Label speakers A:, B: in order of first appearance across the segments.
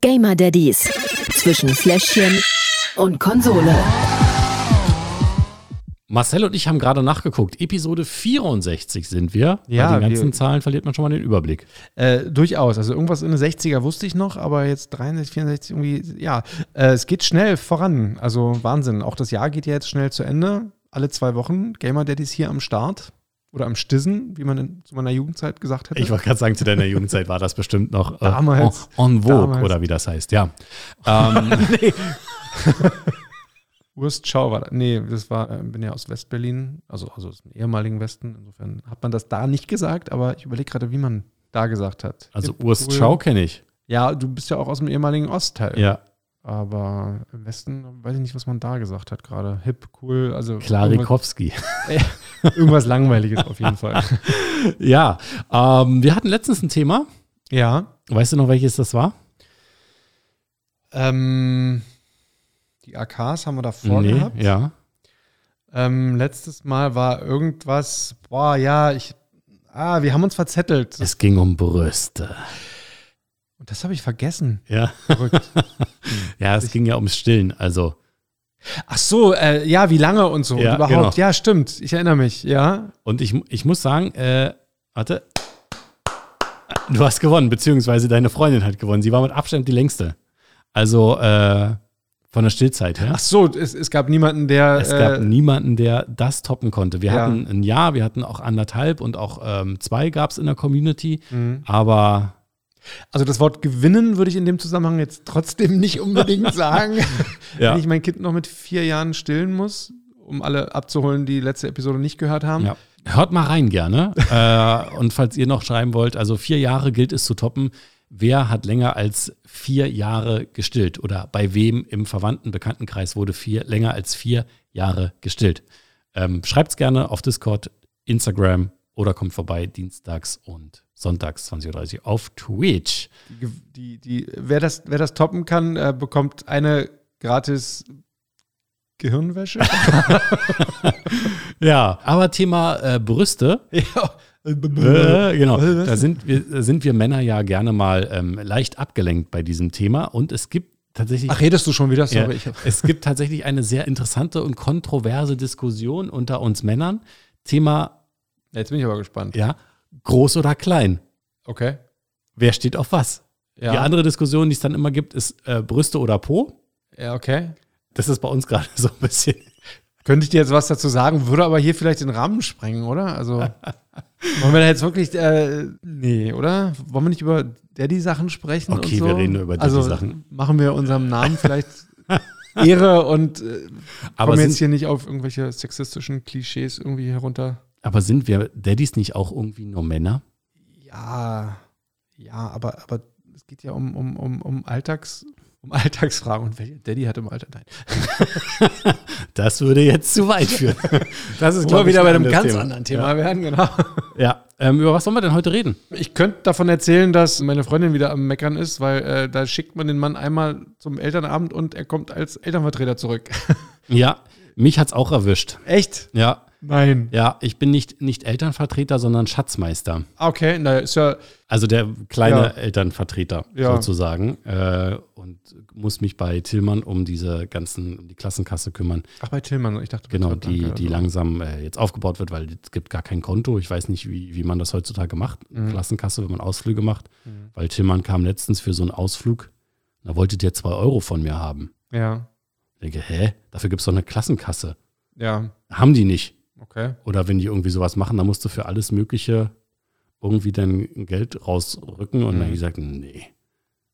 A: Gamer Daddies zwischen Fläschchen und Konsole.
B: Marcel und ich haben gerade nachgeguckt. Episode 64 sind wir.
C: Ja,
B: Bei den ganzen
C: wir-
B: Zahlen verliert man schon mal den Überblick.
C: Äh, durchaus. Also irgendwas in den 60er wusste ich noch, aber jetzt 63, 64 irgendwie, ja. Äh, es geht schnell voran. Also Wahnsinn. Auch das Jahr geht ja jetzt schnell zu Ende. Alle zwei Wochen. Gamer Daddies hier am Start. Oder am Stissen, wie man in, zu meiner Jugendzeit gesagt hätte.
B: Ich wollte gerade sagen, zu deiner Jugendzeit war das bestimmt noch äh,
C: Damals.
B: en, en vogue
C: Damals.
B: oder wie das heißt, ja. Ähm,
C: Wurstschau war das. Nee, das war, äh, bin ja aus Westberlin, also, also aus dem ehemaligen Westen. Insofern hat man das da nicht gesagt, aber ich überlege gerade, wie man da gesagt hat.
B: also
C: Hip-
B: Urs Schau kenne ich.
C: Ja, du bist ja auch aus dem ehemaligen Ostteil.
B: Ja,
C: Aber im Westen weiß ich nicht, was man da gesagt hat gerade. Hip, cool, also irgendwas,
B: Klarikowski.
C: irgendwas Langweiliges auf jeden Fall.
B: Ja, ähm, wir hatten letztens ein Thema.
C: Ja.
B: Weißt du noch, welches das war?
C: Ähm, die AKs haben wir davor gehabt.
B: ja.
C: Ähm, letztes Mal war irgendwas, boah, ja, ich, ah, wir haben uns verzettelt.
B: Es ging um Brüste.
C: Und das habe ich vergessen.
B: Ja,
C: Verrückt.
B: ja es ging ja ums Stillen. Also,
C: Ach so, äh, ja, wie lange und so
B: Ja,
C: und überhaupt.
B: genau.
C: Ja, stimmt. Ich erinnere mich, ja.
B: und ich, ich muss sagen, äh, warte. Du hast gewonnen, beziehungsweise deine Freundin hat gewonnen. Sie war mit Abstand die längste. Also, äh, von der Stillzeit her.
C: Ach so, es, es gab niemanden, der.
B: Es
C: äh,
B: gab niemanden, der das toppen konnte. Wir
C: Ja.
B: hatten ein Jahr, wir hatten auch anderthalb und auch ähm, zwei gab es in der Community.
C: Mhm.
B: Aber
C: also das Wort gewinnen würde ich in dem Zusammenhang jetzt trotzdem nicht unbedingt sagen.
B: Ja.
C: Wenn ich mein Kind noch mit vier Jahren stillen muss, um alle abzuholen, die letzte Episode nicht gehört haben.
B: ja. hört mal rein gerne. äh, und falls ihr noch schreiben wollt, also vier Jahre gilt es zu toppen. Wer hat länger als vier Jahre gestillt? Oder bei wem im verwandten Bekanntenkreis wurde vier, länger als vier Jahre gestillt? Ähm, Schreibt es gerne auf Discord, Instagram oder kommt vorbei dienstags und sonntags 20.30 Uhr auf Twitch.
C: Die, die, die, wer, das, wer das toppen kann, äh, bekommt eine gratis Gehirnwäsche.
B: Ja, aber Thema äh, Brüste.
C: ja.
B: Äh, genau,
C: Was?
B: da sind wir, da sind wir Männer ja gerne mal ähm, leicht abgelenkt bei diesem Thema und es gibt tatsächlich
C: Ach, redest du schon wieder? Sorry,
B: ja,
C: ich hab,
B: es gibt tatsächlich eine sehr interessante und kontroverse Diskussion unter uns Männern. Thema,
C: Jetzt bin ich aber gespannt.
B: ja, groß oder klein.
C: Okay.
B: Wer steht auf was?
C: Ja.
B: Die andere Diskussion, die es dann immer gibt, ist äh, Brüste oder Po.
C: Ja, okay.
B: Das ist bei uns gerade so ein bisschen.
C: Könnte ich dir jetzt was dazu sagen, würde aber hier vielleicht den Rahmen sprengen, oder? Also wollen wir da jetzt wirklich, äh, nee, oder? Wollen wir nicht über Daddy-Sachen sprechen?
B: Okay,
C: und so?
B: wir reden nur über Daddy-Sachen.
C: Also machen wir unserem Namen vielleicht Ehre und äh,
B: Aber
C: kommen jetzt
B: sind,
C: hier nicht auf irgendwelche sexistischen Klischees irgendwie herunter.
B: aber sind wir Daddys nicht auch irgendwie nur Männer?
C: Ja, ja, aber, aber es geht ja um, um, um, um Alltags. Um Alltagsfragen und welcher Daddy hat im Alter. Nein.
B: Das würde jetzt zu weit führen. Das ist,
C: Wo wir
B: glaub ich,
C: wieder
B: ein
C: bei einem
B: anderes
C: ganz anderen Thema werden, genau.
B: Ja, ähm, über was sollen wir denn heute reden?
C: Ich könnte davon erzählen, dass meine Freundin wieder am Meckern ist, weil äh, da schickt man den Mann einmal zum Elternabend und er kommt als Elternvertreter zurück.
B: Ja, mich hat's auch erwischt.
C: Echt?
B: Ja,
C: Nein.
B: ja, ich bin nicht, nicht Elternvertreter, sondern Schatzmeister.
C: Ah, Okay, naja, ist ja.
B: Also der kleine
C: Ja.
B: Elternvertreter
C: Ja.
B: sozusagen äh, und muss mich bei Tillmann um diese ganzen, um die Klassenkasse kümmern.
C: Ach, bei Tillmann, ich dachte,
B: Genau,
C: bei Tillmann,
B: die,
C: danke. also.
B: die langsam äh, jetzt aufgebaut wird, weil es gibt gar kein Konto. Ich weiß nicht, wie, wie man das heutzutage macht.
C: Mhm.
B: Klassenkasse, wenn man Ausflüge macht. Weil Tillmann kam letztens für so einen Ausflug, da wollte der zwei Euro von mir haben.
C: Ja,
B: Ich denke, hä? Dafür gibt's doch eine Klassenkasse.
C: ja,
B: Haben die nicht.
C: okay.
B: Oder wenn die irgendwie sowas machen, dann musst du für alles Mögliche irgendwie dann Geld rausrücken. Und dann hab ich gesagt, nee.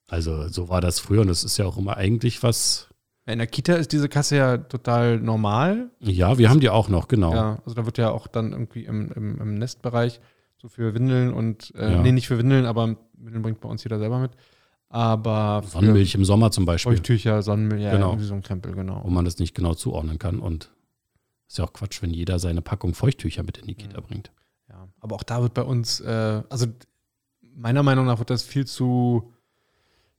B: Also so war das früher und das ist ja auch immer eigentlich was.
C: In der Kita ist diese Kasse ja total normal.
B: Ja, wir haben die auch noch, genau.
C: Ja, also da wird ja auch dann irgendwie im, im, im Nestbereich so für Windeln und, äh,
B: Ja.
C: nee, nicht für Windeln, aber Windeln bringt bei uns jeder selber mit. Aber für
B: Sonnenmilch im Sommer zum Beispiel,
C: Feuchttücher, Sonnenmilch, ja,
B: Genau.
C: irgendwie so ein Krempel, genau.
B: wo man das nicht genau zuordnen kann. Und ist ja auch Quatsch, wenn jeder seine Packung Feuchttücher mit in die Kita bringt.
C: Ja, aber auch da wird bei uns, äh, also meiner Meinung nach wird das viel zu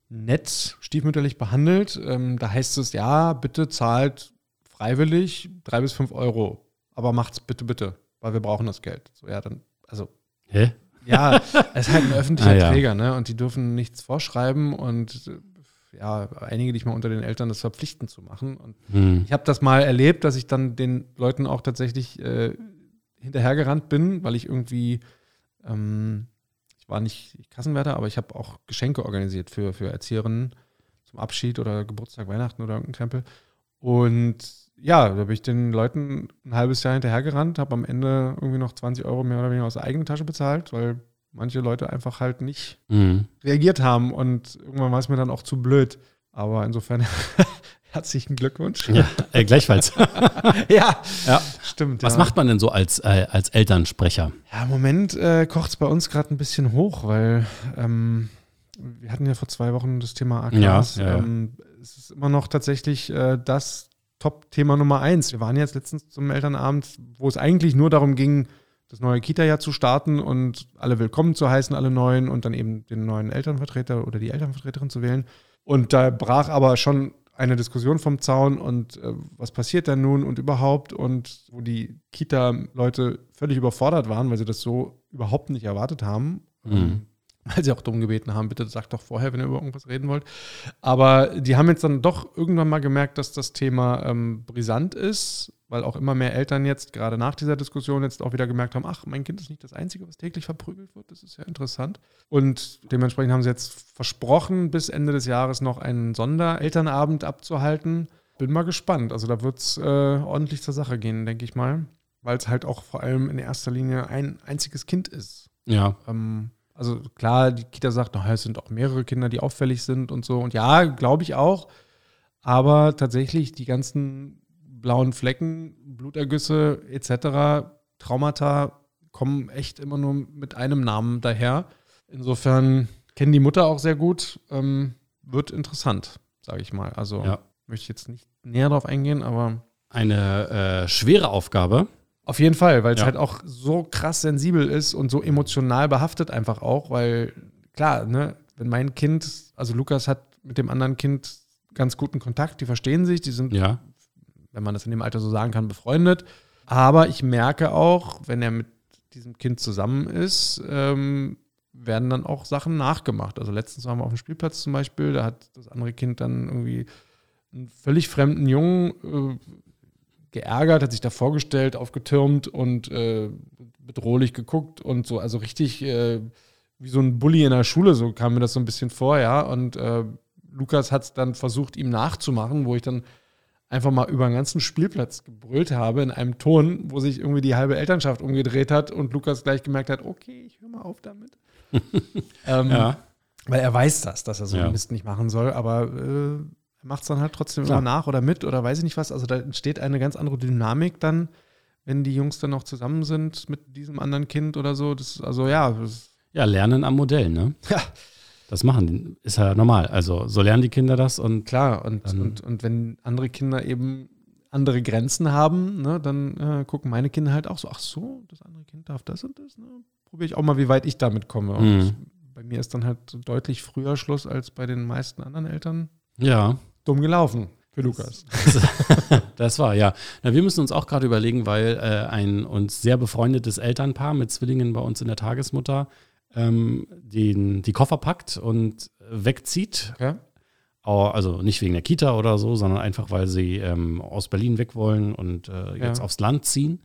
C: nett, stiefmütterlich behandelt. Ähm, da heißt es, ja, bitte zahlt freiwillig drei bis fünf Euro, aber macht's bitte, bitte, weil wir brauchen das Geld. So, ja, dann, also,
B: Hä?
C: ja, es ist halt ein öffentlicher
B: Ah, ja.
C: Träger, ne? Und die dürfen nichts vorschreiben und äh, ja, einige dich mal unter den Eltern das verpflichten zu machen. Und
B: Hm.
C: ich habe das mal erlebt, dass ich dann den Leuten auch tatsächlich äh, hinterhergerannt bin, weil ich irgendwie, ähm, ich war nicht Kassenwärter, aber ich habe auch Geschenke organisiert für, für Erzieherinnen zum Abschied oder Geburtstag, Weihnachten oder irgendein Krempel. Und ja, da bin ich den Leuten ein halbes Jahr hinterhergerannt, habe am Ende irgendwie noch 20 Euro mehr oder weniger aus der eigenen Tasche bezahlt, weil manche Leute einfach halt nicht
B: Hm.
C: reagiert haben und irgendwann war es mir dann auch zu blöd. Aber insofern herzlichen Glückwunsch.
B: Ja, äh, gleichfalls.
C: Ja,
B: Ja.
C: stimmt.
B: Was
C: ja.
B: macht man denn so als, äh, als Elternsprecher?
C: Ja, im Moment äh, kocht es bei uns gerade ein bisschen hoch, weil ähm, wir hatten ja vor zwei Wochen das Thema AKs.
B: Ja, ja, ja.
C: Ähm, es ist immer noch tatsächlich äh, das Top-Thema Nummer eins. Wir waren jetzt letztens zum Elternabend, wo es eigentlich nur darum ging, das neue Kita-Jahr zu starten und alle willkommen zu heißen, alle neuen und dann eben den neuen Elternvertreter oder die Elternvertreterin zu wählen. Und da brach aber schon eine Diskussion vom Zaun und äh, was passiert denn nun und überhaupt und wo die Kita-Leute völlig überfordert waren, weil sie das so überhaupt nicht erwartet haben. ähm,
B: Mhm.
C: Weil sie auch dumm gebeten haben, bitte sagt doch vorher, wenn ihr über irgendwas reden wollt. Aber die haben jetzt dann doch irgendwann mal gemerkt, dass das Thema ähm, brisant ist, weil auch immer mehr Eltern jetzt, gerade nach dieser Diskussion, jetzt auch wieder gemerkt haben, ach, mein Kind ist nicht das Einzige, was täglich verprügelt wird. Das ist ja interessant. Und dementsprechend haben sie jetzt versprochen, bis Ende des Jahres noch einen Sonderelternabend abzuhalten. Bin mal gespannt. Also da wird es äh, ordentlich zur Sache gehen, denke ich mal. Weil es halt auch vor allem in erster Linie ein einziges Kind ist.
B: Ja.
C: Ähm, also klar, die Kita sagt, naja, es sind auch mehrere Kinder, die auffällig sind und so. Und ja, glaube ich auch. Aber tatsächlich die ganzen blauen Flecken, Blutergüsse etc., Traumata kommen echt immer nur mit einem Namen daher. Insofern kennen die Mutter auch sehr gut. Ähm, wird interessant, sage ich mal. Also
B: Ja.
C: möchte ich jetzt nicht näher drauf eingehen, aber
B: Eine äh, schwere Aufgabe.
C: auf jeden Fall, weil es
B: Ja.
C: halt auch so krass sensibel ist und so emotional behaftet einfach auch, weil klar, ne, wenn mein Kind, also Lukas hat mit dem anderen Kind ganz guten Kontakt, die verstehen sich, die sind,
B: Ja.
C: wenn man das in dem Alter so sagen kann, befreundet. Aber ich merke auch, wenn er mit diesem Kind zusammen ist, ähm, werden dann auch Sachen nachgemacht. Also letztens waren wir auf dem Spielplatz zum Beispiel, da hat das andere Kind dann irgendwie einen völlig fremden Jungen äh, geärgert, hat sich da vorgestellt, aufgetürmt und äh, bedrohlich geguckt und so, also richtig äh, wie so ein Bully in der Schule, so kam mir das so ein bisschen vor, ja. Und äh, Lukas hat es dann versucht, ihm nachzumachen, wo ich dann einfach mal über den ganzen Spielplatz gebrüllt habe in einem Ton, wo sich irgendwie die halbe Elternschaft umgedreht hat und Lukas gleich gemerkt hat, okay, ich höre mal auf damit. ähm,
B: Ja.
C: Weil er weiß das, dass er so
B: Ja.
C: einen Mist nicht machen soll, aber äh, er macht es dann halt trotzdem
B: Klar.
C: immer nach oder mit oder weiß ich nicht was. Also da entsteht eine ganz andere Dynamik dann, wenn die Jungs dann noch zusammen sind mit diesem anderen Kind oder so. Das, also ja, das,
B: Ja, lernen am Modell, ne?
C: ja,
B: Das machen, die- ist ja normal. Also so lernen die Kinder das und
C: klar. Und,
B: Dann-
C: und, und wenn andere Kinder eben andere Grenzen haben, ne, dann äh, gucken meine Kinder halt auch so, ach so, das andere Kind darf das und das. Ne? Probiere ich auch mal, wie weit ich damit komme. Und
B: Mhm.
C: bei mir ist dann halt deutlich früher Schluss als bei den meisten anderen Eltern.
B: ja,
C: Dumm gelaufen für Lukas.
B: das war ja. Na, wir müssen uns auch gerade überlegen, weil äh, ein uns sehr befreundetes Elternpaar mit Zwillingen bei uns in der Tagesmutter ähm, den, die Koffer packt und wegzieht.
C: Okay.
B: Au- Also nicht wegen der Kita oder so, sondern einfach, weil sie ähm, aus Berlin weg wollen und äh, jetzt
C: Ja.
B: aufs Land ziehen.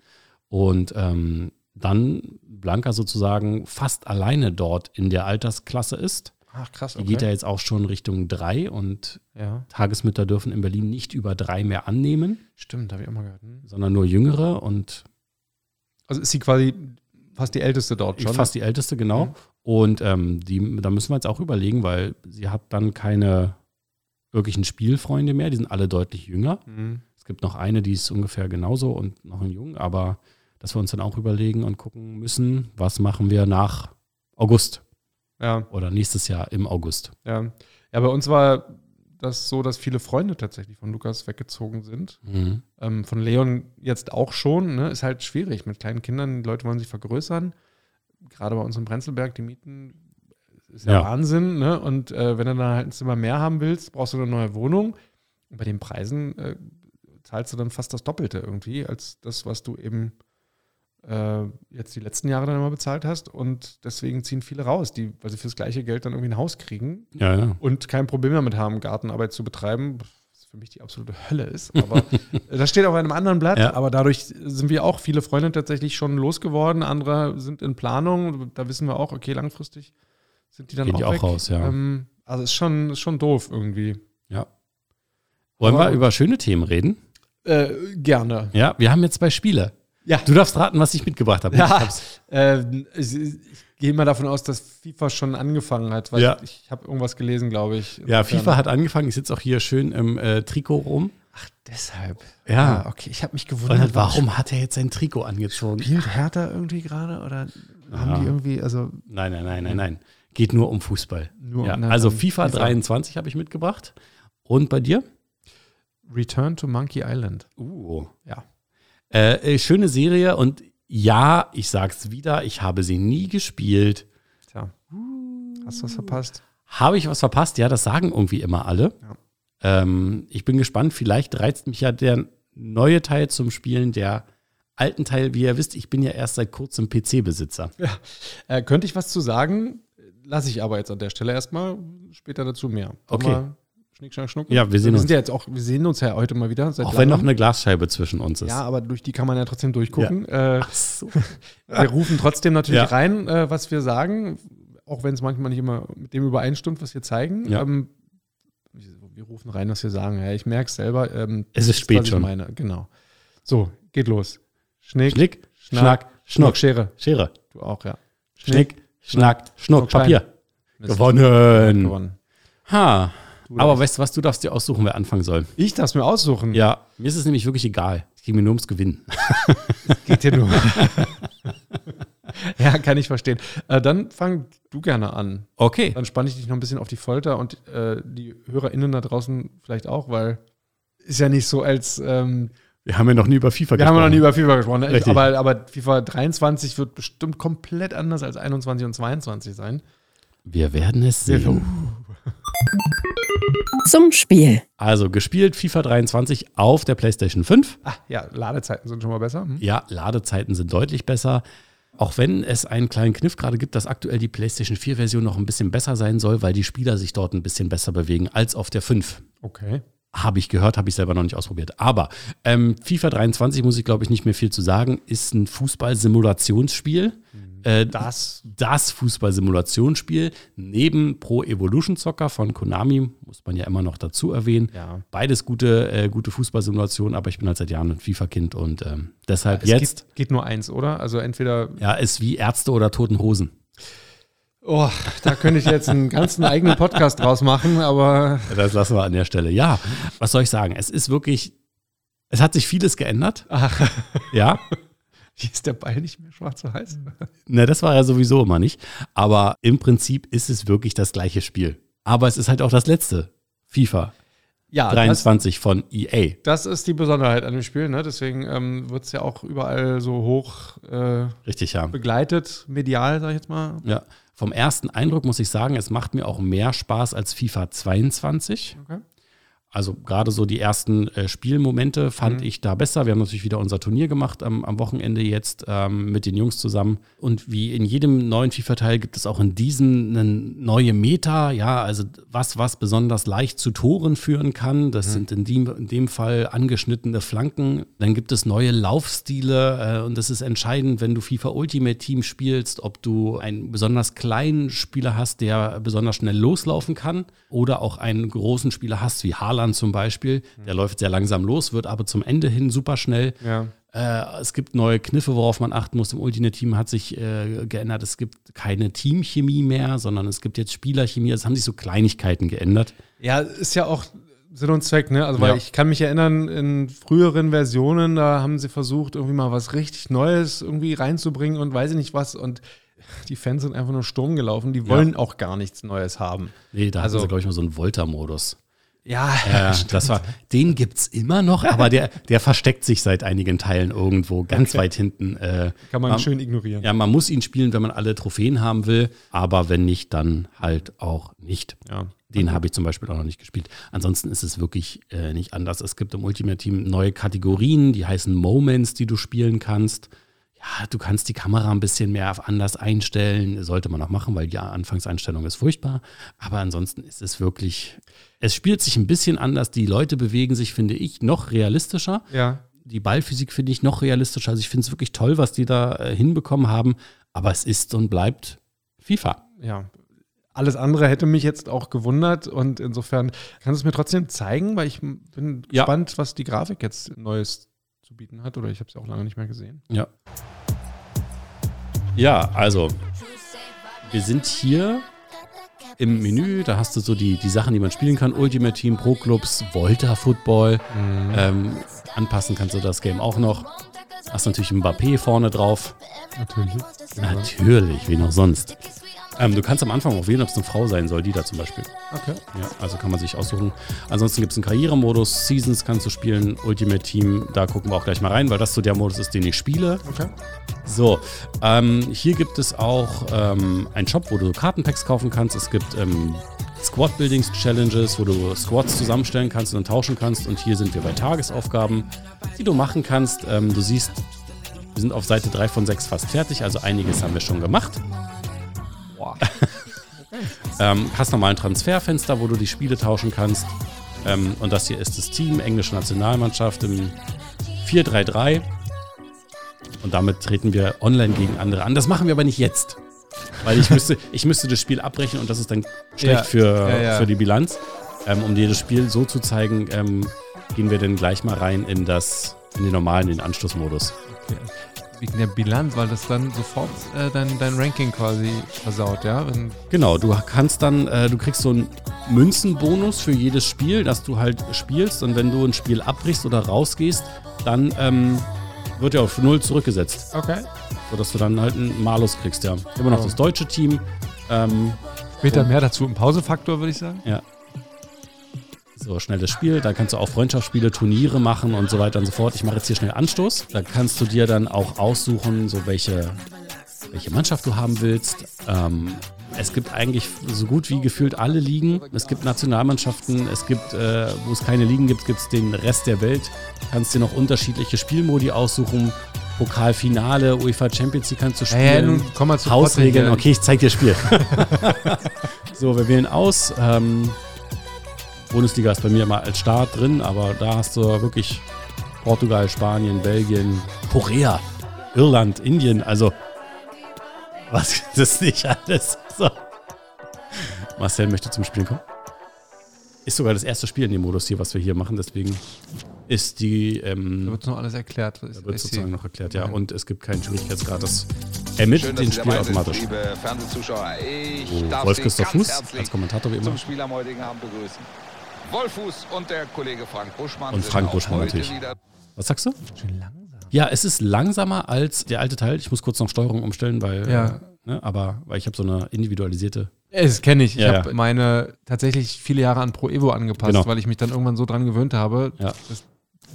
B: Und ähm, dann Blanca sozusagen fast alleine dort in der Altersklasse ist.
C: Ach krass,
B: Die geht ja jetzt auch schon Richtung drei und
C: Ja,
B: Tagesmütter dürfen in Berlin nicht über drei mehr annehmen,
C: stimmt, habe ich auch mal gehört. hm.
B: sondern nur jüngere und
C: Also ist sie quasi fast die Älteste dort schon. ne?
B: fast die älteste, genau.
C: Mhm.
B: Und ähm, die, da müssen wir jetzt auch überlegen, weil sie hat dann keine wirklichen Spielfreunde mehr, die sind alle deutlich jünger.
C: Hm.
B: Es gibt noch eine, die ist ungefähr genauso und noch einen Jungen, aber dass wir uns dann auch überlegen und gucken müssen, was machen wir nach August
C: Ja,
B: oder nächstes Jahr im August.
C: ja. Ja, bei uns war das so, dass viele Freunde tatsächlich von Lukas weggezogen sind.
B: Mhm.
C: Ähm, von Leon jetzt auch schon. Ne? Ist halt schwierig mit kleinen Kindern. Die Leute wollen sich vergrößern. Gerade bei uns in Prenzlberg, die Mieten äh, ist ja,
B: Ja.
C: Wahnsinn. Ne? Und äh, wenn du dann halt ein Zimmer mehr haben willst, brauchst du eine neue Wohnung. Und bei den Preisen äh, zahlst du dann fast das Doppelte irgendwie, als das, was du eben äh, jetzt die letzten Jahre dann immer bezahlt hast. Und deswegen ziehen viele raus, die, weil sie fürs gleiche Geld dann irgendwie ein Haus kriegen
B: Ja, ja.
C: und kein Problem damit haben, Gartenarbeit zu betreiben, was für mich die absolute Hölle ist. Aber das steht auf einem anderen Blatt.
B: Ja.
C: Aber dadurch sind wir auch viele Freunde tatsächlich schon losgeworden. Andere sind in Planung. Da wissen wir auch, okay, langfristig sind die dann
B: Gehen
C: auch,
B: die auch
C: weg.
B: raus, ja.
C: Ähm, also ist schon, ist schon doof irgendwie.
B: ja. Wollen wir
C: Aber-
B: über schöne Themen reden?
C: Äh, gerne.
B: Ja, wir haben jetzt zwei Spiele.
C: Ja.
B: Du darfst raten, was ich mitgebracht habe. Ich
C: Ja,
B: hab's-
C: ähm, ich, ich gehe mal davon aus, dass FIFA schon angefangen hat, weil
B: Ja.
C: ich habe irgendwas gelesen, glaube ich.
B: ja
C: Insofern-
B: FIFA hat angefangen. Ich sitze auch hier schön im äh, Trikot rum.
C: Ach, deshalb.
B: Ja.
C: Ah, okay, ich habe mich
B: Und
C: gewundert.
B: halt, warum hat er jetzt sein Trikot angezogen?
C: Spielt Hertha irgendwie gerade oder
B: Ja.
C: haben die irgendwie, also
B: Nein, nein, nein, nein, nein. Geht nur um Fußball.
C: Nur
B: ja.
C: um- na,
B: also
C: dann
B: FIFA
C: FIFA.
B: 23 habe ich mitgebracht. Und bei dir?
C: Return to Monkey Island.
B: Uh.
C: Ja.
B: Äh, äh, schöne Serie und ja, ich sag's wieder, ich habe sie nie gespielt.
C: Tja. Hast du was verpasst?
B: Habe ich was verpasst? Ja, das sagen irgendwie immer alle. Ähm, ich bin gespannt, vielleicht reizt mich ja der neue Teil zum Spielen, der alten Teil, wie ihr wisst, ich bin ja erst seit kurzem PC-Besitzer.
C: Äh, könnte ich was zu sagen? Lasse ich aber jetzt an der Stelle erstmal später dazu mehr. Wollen
B: Okay.
C: wir Schnick, schnack, schnuck.
B: Ja, wir sehen
C: wir
B: uns.
C: Sind ja jetzt auch, wir sehen uns ja heute mal wieder. Seit
B: Auch wenn noch
C: langem.
B: eine Glasscheibe zwischen uns ist.
C: Ja, aber durch die kann man ja trotzdem durchgucken. Äh,
B: Ach so.
C: wir rufen trotzdem natürlich
B: Ja.
C: rein, äh, was wir sagen, auch wenn es manchmal nicht immer mit dem übereinstimmt, was wir zeigen.
B: Ja.
C: Ähm, wir, wir rufen rein, was wir sagen. Ja, ich merke es selber. Ähm,
B: Es ist
C: wisst,
B: spät
C: was
B: schon.
C: Ich meine. Genau. So, geht los. Schnick,
B: Schnick,
C: Schnack,
B: Schnack, Schnuck,
C: Schere.
B: Schere.
C: Du auch, ja.
B: Schnick, Schnack, Schnuck,
C: Schnuck,
B: Papier.
C: Mist.
B: Gewonnen.
C: Gewonnen.
B: Ha. Aber
C: darfst.
B: weißt du was, du darfst Hm. dir aussuchen, wer anfangen soll.
C: Ich darf es mir aussuchen.
B: Ja, mir ist es nämlich wirklich egal. Es ging mir nur ums Gewinnen.
C: Geht dir nur. ja, kann ich verstehen. Äh, dann fang du gerne an.
B: Okay.
C: Dann spanne ich dich noch ein bisschen auf die Folter und äh, die HörerInnen da draußen vielleicht auch, weil ist ja nicht so als ähm,
B: Wir haben ja noch nie über FIFA
C: wir haben ja noch nie über FIFA gesprochen, ne? ich,
B: Richtig.
C: aber, aber FIFA 23 wird bestimmt komplett anders als 21 und 22 sein.
B: Wir werden es sehen.
A: Zum Spiel.
B: Also gespielt FIFA 23 auf der PlayStation 5.
C: Ah ja, Ladezeiten sind schon mal besser. Hm?
B: Ja, Ladezeiten sind deutlich besser. Auch wenn es einen kleinen Kniff gerade gibt, dass aktuell die PlayStation 4-Version noch ein bisschen besser sein soll, weil die Spieler sich dort ein bisschen besser bewegen als auf der 5.
C: Okay.
B: Habe ich gehört, habe ich selber noch nicht ausprobiert. Aber ähm, FIFA 23 muss ich, glaube ich, nicht mehr viel zu sagen, ist ein Fußball-Simulationsspiel. Äh,
C: Das
B: das Fußball-Simulationsspiel neben Pro Evolution Soccer von Konami, muss man ja immer noch dazu erwähnen.
C: Ja.
B: Beides gute, äh, gute Fußballsimulationen, aber ich bin halt seit Jahren ein FIFA-Kind und ähm, deshalb jetzt,
C: Geht, geht nur eins, oder? Also entweder,
B: ja, ist wie Ärzte oder Toten Hosen.
C: oh, da könnte ich jetzt einen ganzen eigenen Podcast draus machen, aber
B: Ja, Das lassen wir an der Stelle. Ja, was soll ich sagen? Es ist wirklich, es hat sich vieles geändert.
C: ach,
B: Ja,
C: hier ist der Ball nicht mehr schwarz-weiß.
B: Na, Ne, das war ja sowieso immer nicht. Aber im Prinzip ist es wirklich das gleiche Spiel. Aber es ist halt auch das letzte. FIFA
C: Ja, Ah, das,
B: 23 von E EA.
C: das ist die Besonderheit an dem Spiel, ne? deswegen ähm, wird es ja auch überall so hoch äh,
B: Richtig, ja.
C: begleitet, medial, sag ich jetzt mal.
B: ja. Vom ersten Eindruck muss ich sagen, es macht mir auch mehr Spaß als FIFA 22.
C: Okay.
B: Also gerade so die ersten äh, Spielmomente fand ich da besser. Wir haben natürlich wieder unser Turnier gemacht am, am Wochenende jetzt ähm, mit den Jungs zusammen. Und wie in jedem neuen FIFA-Teil gibt es auch in diesem eine neue Meta. Ja, also was, was besonders leicht zu Toren führen kann. Das sind in dem, in dem Fall angeschnittene Flanken. Dann gibt es neue Laufstile. Äh, und das ist entscheidend, wenn du FIFA Ultimate Team spielst, ob du einen besonders kleinen Spieler hast, der besonders schnell loslaufen kann oder auch einen großen Spieler hast, wie Haaland zum Beispiel.
C: Mhm.
B: Der läuft sehr langsam los, wird aber zum Ende hin super schnell.
C: Ja.
B: Äh, es gibt neue Kniffe, worauf man achten muss. Im Ultimate-Team hat sich äh, geändert. Es gibt keine Teamchemie mehr, sondern es gibt jetzt Spielerchemie. Es haben sich so Kleinigkeiten geändert.
C: Ja, ist ja auch Sinn und Zweck, ne? Also, weil
B: Ja.
C: ich kann mich erinnern, in früheren Versionen, da haben sie versucht, irgendwie mal was richtig Neues irgendwie reinzubringen und weiß ich nicht was. Und die Fans sind einfach nur Sturm gelaufen. Die wollen auch gar nichts Neues haben.
B: Nee, da
C: Also-
B: hatten sie, glaube ich, mal so einen Volta-Modus.
C: Ja,
B: Ja, das war, den gibt's immer noch, aber der, der versteckt sich seit einigen Teilen irgendwo ganz weit hinten. Äh,
C: kann man schön ignorieren.
B: ja, man muss ihn spielen, wenn man alle Trophäen haben will, aber wenn nicht, dann halt auch nicht.
C: Ja.
B: Den habe ich zum Beispiel auch noch nicht gespielt. Ansonsten ist es wirklich äh, nicht anders. Es gibt im Ultimate Team neue Kategorien, die heißen Moments, die du spielen kannst. ja, du kannst die Kamera ein bisschen mehr auf anders einstellen. Sollte man auch machen, weil die Anfangseinstellung ist furchtbar. Aber ansonsten ist es wirklich, es spielt sich ein bisschen anders. Die Leute bewegen sich, finde ich, noch realistischer.
C: Ja.
B: Die Ballphysik finde ich noch realistischer. Also ich finde es wirklich toll, was die da äh, hinbekommen haben. Aber es ist und bleibt FIFA.
C: Ja. Alles andere hätte mich jetzt auch gewundert und insofern kannst du es mir trotzdem zeigen, weil ich bin
B: Ja.
C: gespannt, was die Grafik jetzt Neues zu bieten hat oder ich habe es ja auch lange nicht mehr gesehen.
B: Ja. Ja, also, wir sind hier im Menü. Da hast du so die, die Sachen, die man spielen kann. Ultimate Team, Pro Clubs, Volta Football. Ähm, anpassen kannst du das Game auch noch. Hast natürlich Mbappé vorne drauf.
C: Natürlich.
B: Natürlich, wie noch sonst. Ähm, du kannst am Anfang auch wählen, ob es eine Frau sein soll, die da zum Beispiel.
C: Okay.
B: Ja, also kann man sich aussuchen. Ansonsten gibt es einen Karrieremodus, Seasons kannst du spielen, Ultimate Team, da gucken wir auch gleich mal rein, weil das so der Modus ist, den ich spiele.
C: Okay.
B: So, ähm, hier gibt es auch ähm, einen Shop, wo du Kartenpacks kaufen kannst. Es gibt ähm, Squad-Buildings-Challenges, wo du Squads zusammenstellen kannst und dann tauschen kannst. Und hier sind wir bei Tagesaufgaben, die du machen kannst. Ähm, du siehst, wir sind auf Seite 3 von 6 fast fertig, also einiges haben wir schon gemacht.
C: Boah.
B: Ähm, hast nochmal ein Transferfenster, wo du die Spiele tauschen kannst. Ähm, und das hier ist das Team, englische Nationalmannschaft im 4-3-3. Und damit treten wir online gegen andere an. Das machen wir aber nicht jetzt. Weil ich müsste, ich müsste das Spiel abbrechen und das ist dann schlecht
C: Ja,
B: für,
C: ja, ja.
B: für die Bilanz. Ähm, um dir das Spiel so zu zeigen, ähm, gehen wir dann gleich mal rein in das, in den normalen, in den Anschlussmodus.
C: Okay. Wegen der Bilanz, weil das dann sofort äh, dein, dein Ranking quasi versaut, ja? Wenn,
B: Genau, du kannst dann, äh, du kriegst so einen Münzenbonus für jedes Spiel, dass du halt spielst und wenn du ein Spiel abbrichst oder rausgehst, dann ähm, wird er auf null zurückgesetzt,
C: okay.
B: sodass du dann halt einen Malus kriegst, ja. Immer noch
C: Oh.
B: das deutsche Team. Ähm,
C: Später mehr dazu im Pausefaktor, würde ich sagen.
B: ja. So, schnelles Spiel. Da kannst du auch Freundschaftsspiele, Turniere machen und so weiter und so fort. Ich mache jetzt hier schnell Anstoß. Da kannst du dir dann auch aussuchen, so welche, welche Mannschaft du haben willst. Ähm, es gibt eigentlich so gut wie gefühlt alle Ligen. Es gibt Nationalmannschaften, es gibt, äh, wo es keine Ligen gibt, gibt es den Rest der Welt. Du kannst dir noch unterschiedliche Spielmodi aussuchen. Pokalfinale, UEFA Champions League kannst du spielen.
C: komm mal
B: Hausregeln,
C: Pottenregeln.
B: okay, ich zeig dir das Spiel. so, wir wählen aus. Ähm, Bundesliga ist bei mir immer als Start drin, aber da hast du wirklich Portugal, Spanien, Belgien, Korea, Irland, Indien, also was ist das nicht alles? So. Marcel möchte zum Spielen kommen. Ist sogar das erste Spiel in dem Modus hier, was wir hier machen, deswegen ist die ähm,
C: Da wird noch alles erklärt. Ich-
B: da wird
C: ich
B: sozusagen
C: sehe.
B: noch erklärt, ja. Und es gibt keinen Schwierigkeitsgrad. Das ermittelt den Spiel automatisch.
D: liebe Fernsehzuschauer. Ich darf
B: Wo
D: Sie
B: Wolf Christoph
D: ganz
B: Fuß
D: herzlich
B: als Kommentator wie immer.
D: zum Spiel am heutigen Abend begrüßen. Wolf Fuß und der Kollege Frank Buschmann.
B: Und
D: sind
B: Frank
D: auch
B: Buschmann
D: heute
B: natürlich.
D: wieder
B: Was sagst du?
C: Schön langsam.
B: Ja, es ist langsamer als der alte Teil. Ich muss kurz noch Steuerung umstellen, weil,
C: Ja.
B: äh, ne, aber weil ich habe so eine individualisierte.
C: Ey, Das kenne ich. Ich
B: Ja,
C: habe
B: ja.
C: meine tatsächlich viele Jahre an Pro Evo angepasst,
B: Genau.
C: weil ich mich dann irgendwann so dran gewöhnt habe,
B: Ja.
C: dass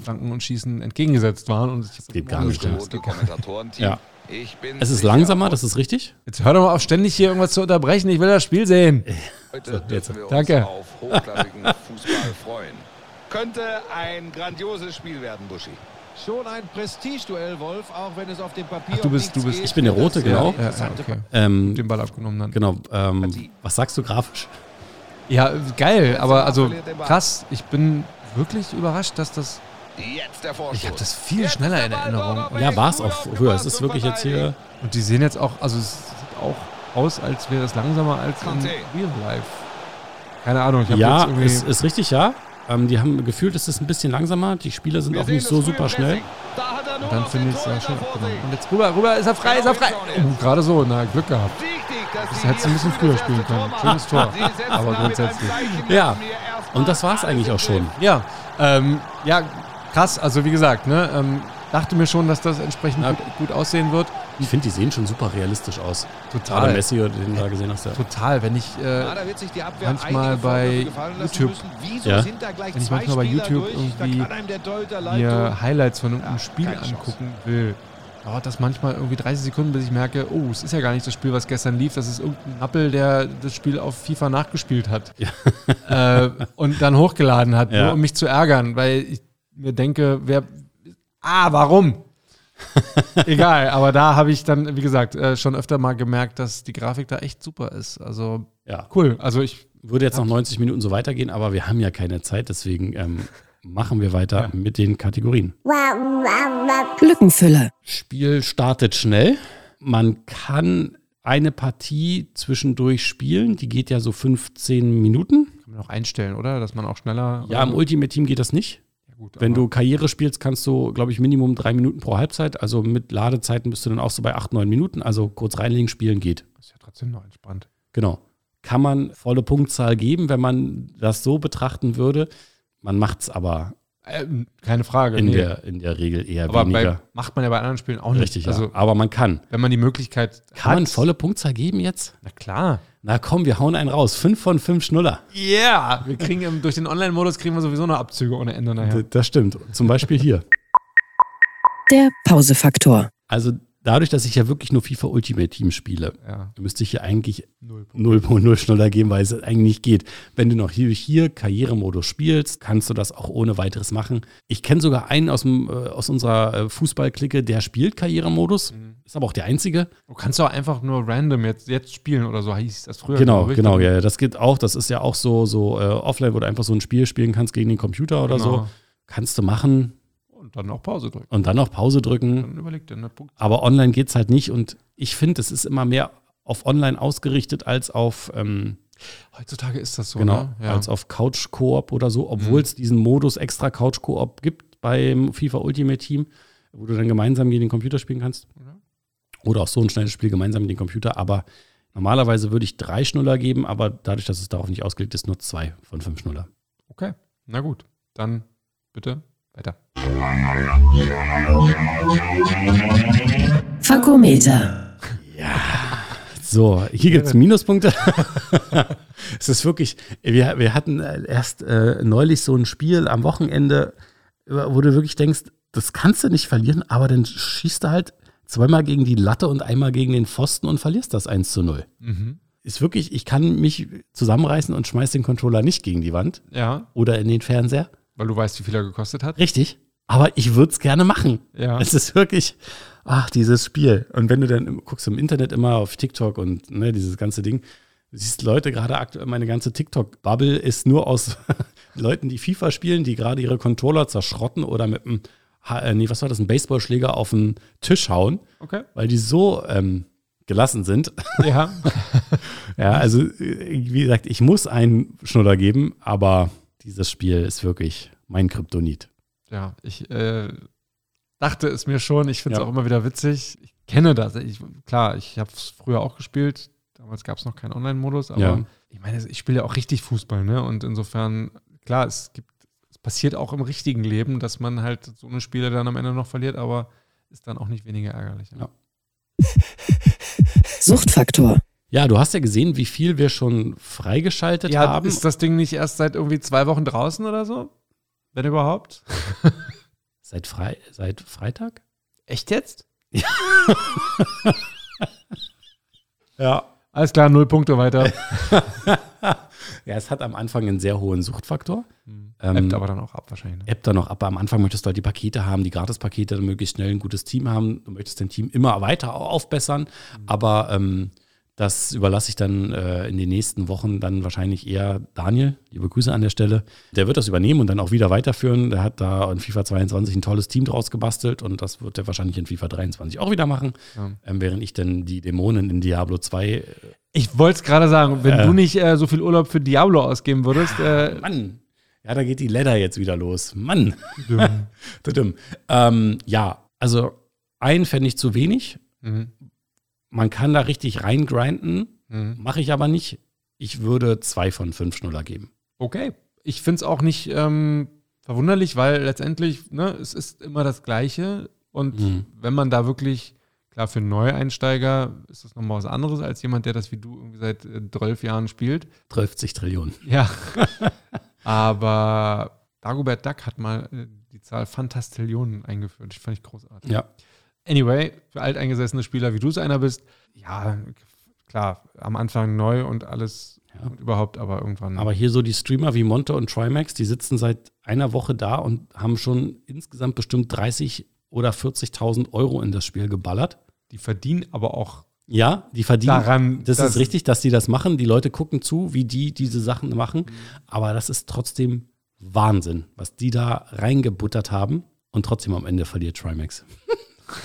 C: Danken und Schießen entgegengesetzt waren. Und ich
B: geht gar nicht, ja.
C: umgestellt.
D: gute Kommentatorenteam.
B: Ja.
D: Ich bin
B: Es ist
D: sicher,
B: langsamer, das ist richtig.
C: Jetzt hör doch mal auf, ständig hier irgendwas zu unterbrechen. Ich will das Spiel sehen.
D: Heute
B: So, jetzt.
D: dürfen wir uns
C: Danke.
D: auf hochklassigen Fußball freuen. Könnte ein grandioses Spiel werden, Buschi.
E: Schon ein Prestigeduell, Wolf, auch wenn es auf dem Papier
C: Ach, du bist-
E: um
C: du
E: nichts
C: bist-
E: geht.
B: ich bin der Rote, genau.
C: Ja, ja, okay.
B: Ähm,
C: Den Ball abgenommen dann.
B: genau. Ähm, was sagst du grafisch? Genau.
C: Ja, geil, aber also krass. Ich bin wirklich überrascht, dass das.
D: Jetzt der Vorschuss.
C: Ich habe das viel schneller in Erinnerung.
B: Ja, war es auch früher. Es ist wirklich jetzt hier.
C: Und die sehen jetzt auch, also es sieht auch aus, als wäre es langsamer als in
D: Conte.
C: Real Life. Keine Ahnung, ich habe
B: Ja,
C: jetzt irgendwie.
B: ist, ist richtig, ja. Ähm, die haben gefühlt, es ist ein bisschen langsamer. Die Spieler sind auch nicht so super schnell.
C: und dann finde ich es ja schön. abgenommen. Und jetzt rüber, rüber, ist er frei, ist er frei.
D: Genau.
C: Oh, gerade so, na, Glück gehabt.
D: Das
C: Das hättest du ein bisschen früher spielen können. Schönes Tor. Aber grundsätzlich.
B: Ja. Und das war es eigentlich auch schon.
C: Ja, ähm, ja, krass. Also wie gesagt, ne, ähm, dachte mir schon, dass das entsprechend
B: Na.
C: gut, gut aussehen wird.
B: Ich finde, die sehen schon super realistisch aus. Gerade
C: Total.
B: Messi, den du da gesehen hast. Ja.
C: Total, wenn ich,
E: Ah,
C: äh,
E: da wird sich die Abwehr
C: Manchmal
E: einige
C: bei
E: Vorwürfe gefallen lassen
C: YouTube.
E: müssen. Wieso
B: Ja.
E: sind da gleich
C: Wenn ich
E: zwei
C: manchmal bei
E: Spieler
C: YouTube
E: durch? Da
C: irgendwie
E: kann einem der Torhüter leid tun.
C: mir Highlights von irgendeinem
E: Ja,
C: Spiel
E: keine Chance.
C: angucken will, dauert das manchmal irgendwie 30 Sekunden, bis ich merke, oh, es ist ja gar nicht das Spiel, was gestern lief, das ist irgendein Nappel, der das Spiel auf FIFA nachgespielt hat äh, und dann hochgeladen hat,
B: Ja.
C: nur um mich zu ärgern, weil ich mir denke, wer, ah, warum? Egal, aber da habe ich dann, wie gesagt, äh, schon öfter mal gemerkt, dass die Grafik da echt super ist. Also
B: Ja.
C: cool. Also ich,
B: Würde jetzt noch 90 Minuten so weitergehen, aber wir haben ja keine Zeit, deswegen ähm, machen wir weiter mit den Kategorien.
A: Lückenfüller.
B: Spiel startet schnell. Man kann eine Partie zwischendurch spielen, die geht ja so 15 Minuten.
C: kann man auch einstellen, oder? Dass man auch schneller.
B: Ja, im Ultimate Team geht das nicht.
C: Ja, gut,
B: Wenn
C: aber-
B: du Karriere spielst, kannst du, glaube ich, Minimum drei Minuten pro Halbzeit. Also mit Ladezeiten bist du dann auch so bei acht, neun Minuten. Also kurz reinlegen, spielen geht.
C: Ist ja trotzdem noch entspannt.
B: Genau. Kann man volle Punktzahl geben, wenn man das so betrachten würde. Man macht es aber
C: Ähm, keine Frage.
B: in,
C: nee.
B: der, in der Regel eher
C: aber bei,
B: weniger.
C: macht man ja bei anderen Spielen auch nicht.
B: Richtig,
C: Also
B: ja. Aber man kann.
C: wenn man die Möglichkeit
B: Kann
C: hat.
B: man volle Punktzahl geben jetzt?
C: Na klar.
B: Na komm, wir hauen einen raus. Fünf von fünf Schnuller.
C: Ja, yeah. wir kriegen im, durch den Online-Modus kriegen wir sowieso noch Abzüge ohne Ende nachher.
B: D- Das stimmt. Zum Beispiel hier.
A: Der Pausefaktor.
B: Also dadurch, dass ich ja wirklich nur FIFA Ultimate Team spiele,
C: Ja.
B: müsste ich ja eigentlich
C: Null
B: 0.0 schneller geben, weil es eigentlich nicht geht. Wenn du noch hier, hier Karrieremodus spielst, kannst du das auch ohne weiteres machen. Ich kenne sogar einen aus, dem, äh, aus unserer äh, Fußballklicke, der spielt Karrieremodus,
C: Mhm.
B: ist aber auch der einzige.
C: Du kannst auch einfach nur random jetzt, jetzt spielen oder so hieß das früher.
B: Genau,
C: glaub ich.
B: genau, ja, ja, das geht auch. Das ist ja auch so, so äh, offline, wo du einfach so ein Spiel spielen kannst gegen den Computer oder
C: Genau.
B: so. Kannst du machen
C: Und dann auch Pause drücken.
B: und dann auf Pause drücken.
C: Dann überleg dir, ne? Punkt.
B: Aber online geht es halt nicht und ich finde, es ist immer mehr auf online ausgerichtet als auf, ähm,
C: Heutzutage ist das so.
B: genau,
C: Ne? Ja.
B: als auf Couch-Koop oder so, obwohl es diesen Modus extra Couch-Koop gibt beim FIFA Ultimate Team, wo du dann gemeinsam gegen den Computer spielen kannst. Oder auch so ein schnelles Spiel gemeinsam mit dem Computer, aber normalerweise würde ich drei Schnuller geben, aber dadurch, dass es darauf nicht ausgelegt ist, nur zwei von fünf Schnuller.
C: Okay, na gut. Dann bitte weiter.
A: Fakometer.
B: So, hier gibt es Minuspunkte. es ist wirklich, wir, wir hatten erst äh, neulich so ein Spiel am Wochenende, äh, wo du wirklich denkst, das kannst du nicht verlieren, aber dann schießt du halt zweimal gegen die Latte und einmal gegen den Pfosten und verlierst das 1 zu 0. Ist wirklich, ich kann mich zusammenreißen und schmeiß den Controller nicht gegen die Wand
C: Ja,
B: oder in den Fernseher.
C: weil du weißt, wie viel er gekostet hat.
B: Richtig. Aber ich würde es gerne machen.
C: Ja.
B: Es ist wirklich, ach, dieses Spiel. Und wenn du dann im- guckst im Internet immer auf TikTok und ne, dieses ganze Ding, du siehst Leute gerade aktuell, meine ganze TikTok-Bubble ist nur aus Leuten, die FIFA spielen, die gerade ihre Controller zerschrotten oder mit einem, Ha- äh, nee, was war das, einem Baseballschläger auf den Tisch hauen,
C: Okay.
B: weil die so ähm, gelassen sind.
C: Ja.
B: Ja, also äh, wie gesagt, ich muss einen Schnuller geben, aber dieses Spiel ist wirklich mein Kryptonit.
C: ja, ich äh, dachte es mir schon. Ich finde es
B: Ja.
C: auch immer wieder witzig. Ich kenne das. Ich, klar, ich habe es früher auch gespielt. Damals gab es noch keinen Online-Modus. Aber
B: Ja.
C: ich meine, ich spiele ja auch richtig Fußball. ne? Und insofern, klar, es gibt, es passiert auch im richtigen Leben, dass man halt so eine Spiele dann am Ende noch verliert, aber ist dann auch nicht weniger ärgerlich.
B: Ja.
A: Suchtfaktor.
B: Ja, du hast ja gesehen, wie viel wir schon freigeschaltet
C: Ja,
B: haben.
C: ist das Ding nicht erst seit irgendwie zwei Wochen draußen oder so? Wenn überhaupt?
B: Seit, Frei seit Freitag?
C: Echt jetzt?
B: Ja.
C: Alles klar, null Punkte weiter.
B: Ja, es hat am Anfang einen sehr hohen Suchtfaktor.
C: Ähm,
B: Ähm,
C: aber dann auch ab wahrscheinlich. Ne?
B: App da noch ab. Am Anfang möchtest du halt die Pakete haben, die Gratispakete, dann möglichst schnell ein gutes Team haben. Du möchtest dein Team immer weiter au- aufbessern. Aber ähm, das überlasse ich dann äh, in den nächsten Wochen dann wahrscheinlich eher Daniel. Liebe Grüße an der Stelle. Der wird das übernehmen und dann auch wieder weiterführen. Der hat da in FIFA 22 ein tolles Team draus gebastelt und das wird er wahrscheinlich in FIFA 23 auch wieder machen.
C: Ja.
B: Ähm, während ich dann die Dämonen in Diablo 2. Äh,
C: Ich wollte es gerade sagen, wenn
B: Äh.
C: du nicht äh, so viel Urlaub für Diablo ausgeben würdest, äh,
B: Mann! Ja, da geht die Ladder jetzt wieder los. Mann! Tudum. ähm, ja, also einen fände ich zu wenig.
C: mhm.
B: Man kann da richtig reingrinden,
C: Mhm.
B: mache ich aber nicht. Ich würde zwei von fünf Schnuller geben.
C: okay. Ich finde es auch nicht ähm, verwunderlich, weil letztendlich, ne, es ist immer das Gleiche. Und
B: Mhm.
C: wenn man da wirklich, klar, für einen Neueinsteiger ist das nochmal was anderes als jemand, der das wie du irgendwie seit äh, 12 Jahren spielt.
B: 30 Trillionen.
C: Ja. Aber Dagobert Duck hat mal äh, die Zahl Fantastillionen eingeführt. Das fand ich großartig.
B: Ja.
C: Anyway, für alteingesessene Spieler, wie du es einer bist, ja, klar, am Anfang neu und alles
B: Ja.
C: und überhaupt, aber irgendwann.
B: Aber hier so die Streamer wie Monte und Trimax, die sitzen seit einer Woche da und haben schon insgesamt bestimmt 30 oder 40.000 Euro in das Spiel geballert.
C: Die verdienen aber auch
B: Ja, die verdienen.
C: Daran,
B: das
C: dass-
B: ist richtig, dass die das machen. Die Leute gucken zu, wie die diese Sachen machen. Aber das ist trotzdem Wahnsinn, was die da reingebuttert haben. Und trotzdem am Ende verliert Trimax.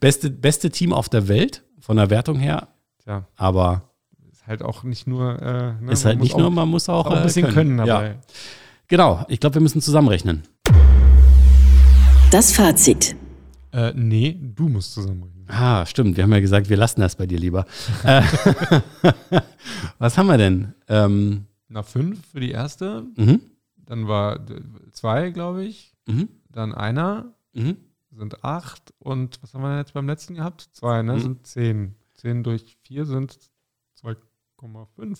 B: beste, beste Team auf der Welt, von der Wertung her.
C: Tja.
B: Aber
C: ist halt auch nicht nur. Äh, ne,
B: ist
C: man
B: halt
C: muss
B: nicht nur, man muss auch,
C: auch ein
B: äh,
C: bisschen können,
B: ja.
C: dabei.
B: Genau, ich glaube, wir müssen zusammenrechnen.
A: Das Fazit.
C: Äh, nee, du musst zusammenrechnen.
B: Ah, stimmt. Wir haben ja gesagt, wir lassen das bei dir lieber. Äh, was haben wir denn? Ähm,
C: Na, fünf für die erste,
B: mhm,
C: dann war d- zwei, glaube ich,
B: mhm,
C: dann einer,
B: mhm.
C: sind acht und was haben wir denn jetzt beim letzten gehabt? Zwei, ne?
B: Mhm.
C: Sind zehn. Zehn durch vier sind 2,5.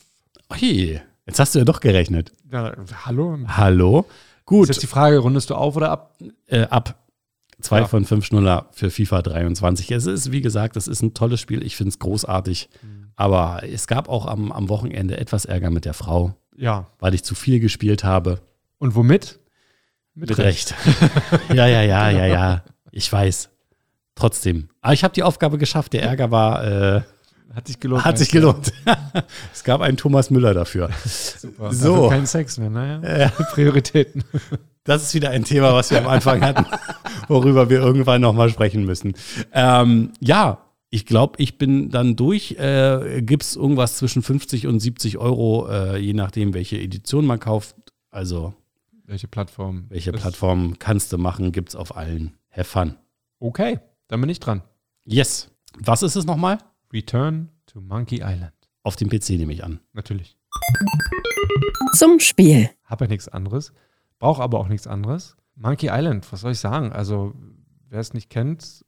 B: Ui, jetzt hast du ja doch gerechnet.
C: Ja, hallo?
B: Hallo.
C: Ist jetzt
B: Gut,
C: die Frage, rundest du auf oder ab?
B: äh, ab. Zwei
C: Ja.
B: von fünf Schnuller für FIFA 23. Es ist, wie gesagt, es ist ein tolles Spiel. Ich finde es großartig.
C: Mhm.
B: Aber es gab auch am, am Wochenende etwas Ärger mit der Frau,
C: Ja.
B: weil ich zu viel gespielt habe.
C: Und womit?
B: Mit Recht. ja, ja, ja, ja, ja. Ich weiß. Trotzdem. Aber ich habe die Aufgabe geschafft. Der Ärger war, äh,
C: Hat sich gelohnt.
B: hat sich gelohnt. es gab einen Thomas Müller dafür.
C: Super.
B: So.
C: Also kein Sex mehr, naja. Prioritäten.
B: Das ist wieder ein Thema, was wir am Anfang hatten, worüber wir irgendwann nochmal sprechen müssen. Ähm, ja, ich glaube, ich bin dann durch. Äh, Gibt es irgendwas zwischen 50 und 70 Euro, äh, je nachdem, welche Edition man kauft? Also,
C: Welche Plattform?
B: welche
C: Das-
B: Plattform kannst du machen? Gibt es auf allen. Have fun.
C: Okay, dann bin ich dran.
B: Yes. Was ist es nochmal?
C: Return to Monkey Island.
B: Auf dem PC nehme ich an.
C: Natürlich.
A: Zum Spiel.
C: Habe ja nichts anderes. Brauche aber auch nichts anderes. Monkey Island, was soll ich sagen? Also, wer es nicht kennt,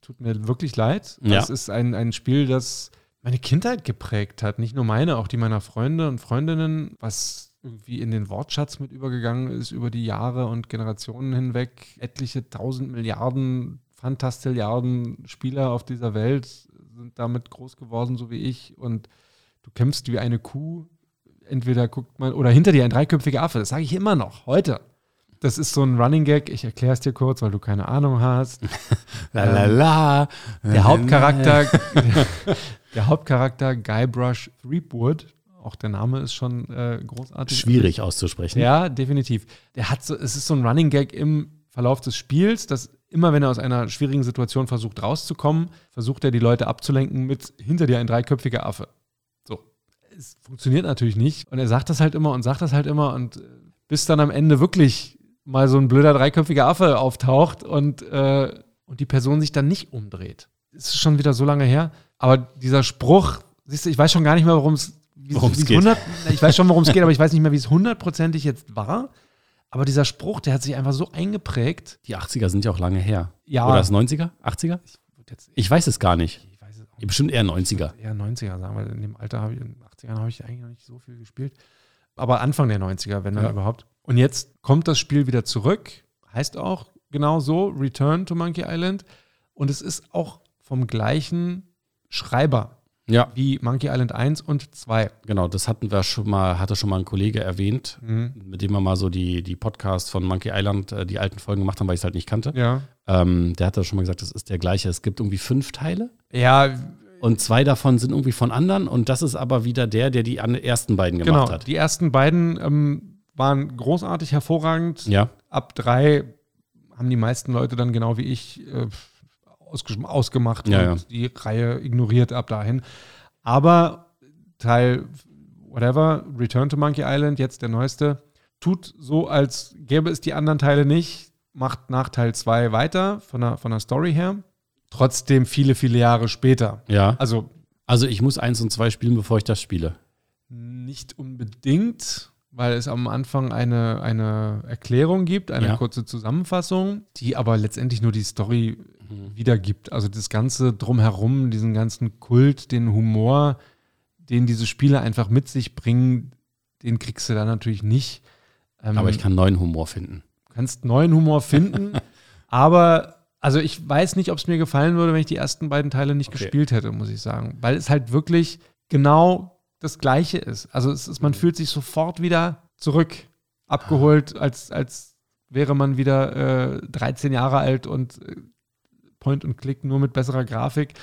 C: tut mir wirklich leid.
B: Ja.
C: Das ist ein, ein Spiel, das meine Kindheit geprägt hat. Nicht nur meine, auch die meiner Freunde und Freundinnen, was irgendwie in den Wortschatz mit übergegangen ist, über die Jahre und Generationen hinweg. Etliche tausend Milliarden, Fantastilliarden Spieler auf dieser Welt sind damit groß geworden, so wie ich. Und du kämpfst wie eine Kuh. Entweder guckt man, oder hinter dir ein dreiköpfiger Affe, das sage ich immer noch, heute. Das ist so ein Running Gag, ich erkläre es dir kurz, weil du keine Ahnung hast.
B: La la la.
C: Der Hauptcharakter, der Hauptcharakter Guybrush Threepwood, auch der Name ist schon äh, großartig.
B: Schwierig auszusprechen.
C: Ja, definitiv. Der hat so, es ist so ein Running Gag im Verlauf des Spiels, dass immer wenn er aus einer schwierigen Situation versucht rauszukommen, versucht er die Leute abzulenken mit hinter dir ein dreiköpfiger Affe. So. Es funktioniert natürlich nicht. Und er sagt das halt immer und sagt das halt immer und äh, bis dann am Ende wirklich mal so ein blöder dreiköpfiger Affe auftaucht und, äh, und die Person sich dann nicht umdreht. Es ist schon wieder so lange her. Aber dieser Spruch, siehst du, ich weiß schon gar nicht mehr, worum es wie-
B: Worum's
C: wie es
B: geht.
C: 100 Ich weiß schon, worum es geht, aber ich weiß nicht mehr, wie es hundertprozentig jetzt war. Aber dieser Spruch, der hat sich einfach so eingeprägt.
B: Die 80er sind ja auch lange her.
C: Ja.
B: Oder das 90er? 80er?
C: Gut, jetzt-
B: Ich weiß es gar nicht.
C: Ich weiß es auch nicht.
B: Bestimmt eher 90er.
C: Eher 90er sagen, weil in dem Alter habe ich, in den 80ern habe ich eigentlich noch nicht so viel gespielt. Aber Anfang der 90er, wenn dann
B: Ja.
C: überhaupt. Und jetzt kommt das Spiel wieder zurück. Heißt auch genau so, Return to Monkey Island. Und es ist auch vom gleichen Schreiber
B: Ja.
C: wie Monkey Island 1 und 2.
B: Genau, das hatten wir schon mal, hatte schon mal ein Kollege erwähnt,
C: Mhm.
B: mit dem wir mal so die, die Podcasts von Monkey Island, äh, die alten Folgen gemacht haben, weil ich es halt nicht kannte.
C: Ja.
B: Ähm, der hat da schon mal gesagt, das ist der gleiche. Es gibt irgendwie fünf Teile
C: Ja,
B: und zwei davon sind irgendwie von anderen und das ist aber wieder der, der die an, ersten beiden gemacht
C: genau.
B: hat.
C: Die ersten beiden ähm, waren großartig, hervorragend.
B: Ja,
C: ab drei haben die meisten Leute dann genau wie ich äh, ausges- ausgemacht
B: Ja,
C: und
B: ja.
C: die Reihe ignoriert ab dahin. Aber Teil whatever, Return to Monkey Island, jetzt der neueste, tut so, als gäbe es die anderen Teile nicht, macht nach Teil 2 weiter von der, von der Story her. Trotzdem viele, viele Jahre später.
B: ja.
C: Also
B: Also ich muss eins und zwei spielen, bevor ich das spiele.
C: Nicht unbedingt, weil es am Anfang eine, eine Erklärung gibt, eine
B: Ja.
C: kurze Zusammenfassung, die aber letztendlich nur die Story
B: Mhm.
C: wiedergibt. Also das Ganze drumherum, diesen ganzen Kult, den Humor, den diese Spiele einfach mit sich bringen, den kriegst du da natürlich nicht. Ähm,
B: Aber ich kann neuen Humor finden.
C: Du kannst neuen Humor finden, aber also ich weiß nicht, ob es mir gefallen würde, wenn ich die ersten beiden Teile nicht
B: Okay.
C: gespielt hätte, muss ich sagen, weil es halt wirklich genau das Gleiche ist. Also es
B: Mhm.
C: ist, man fühlt sich sofort wieder zurück, abgeholt, als als wäre man wieder äh, 13 Jahre alt und äh, Point and Click, nur mit besserer Grafik.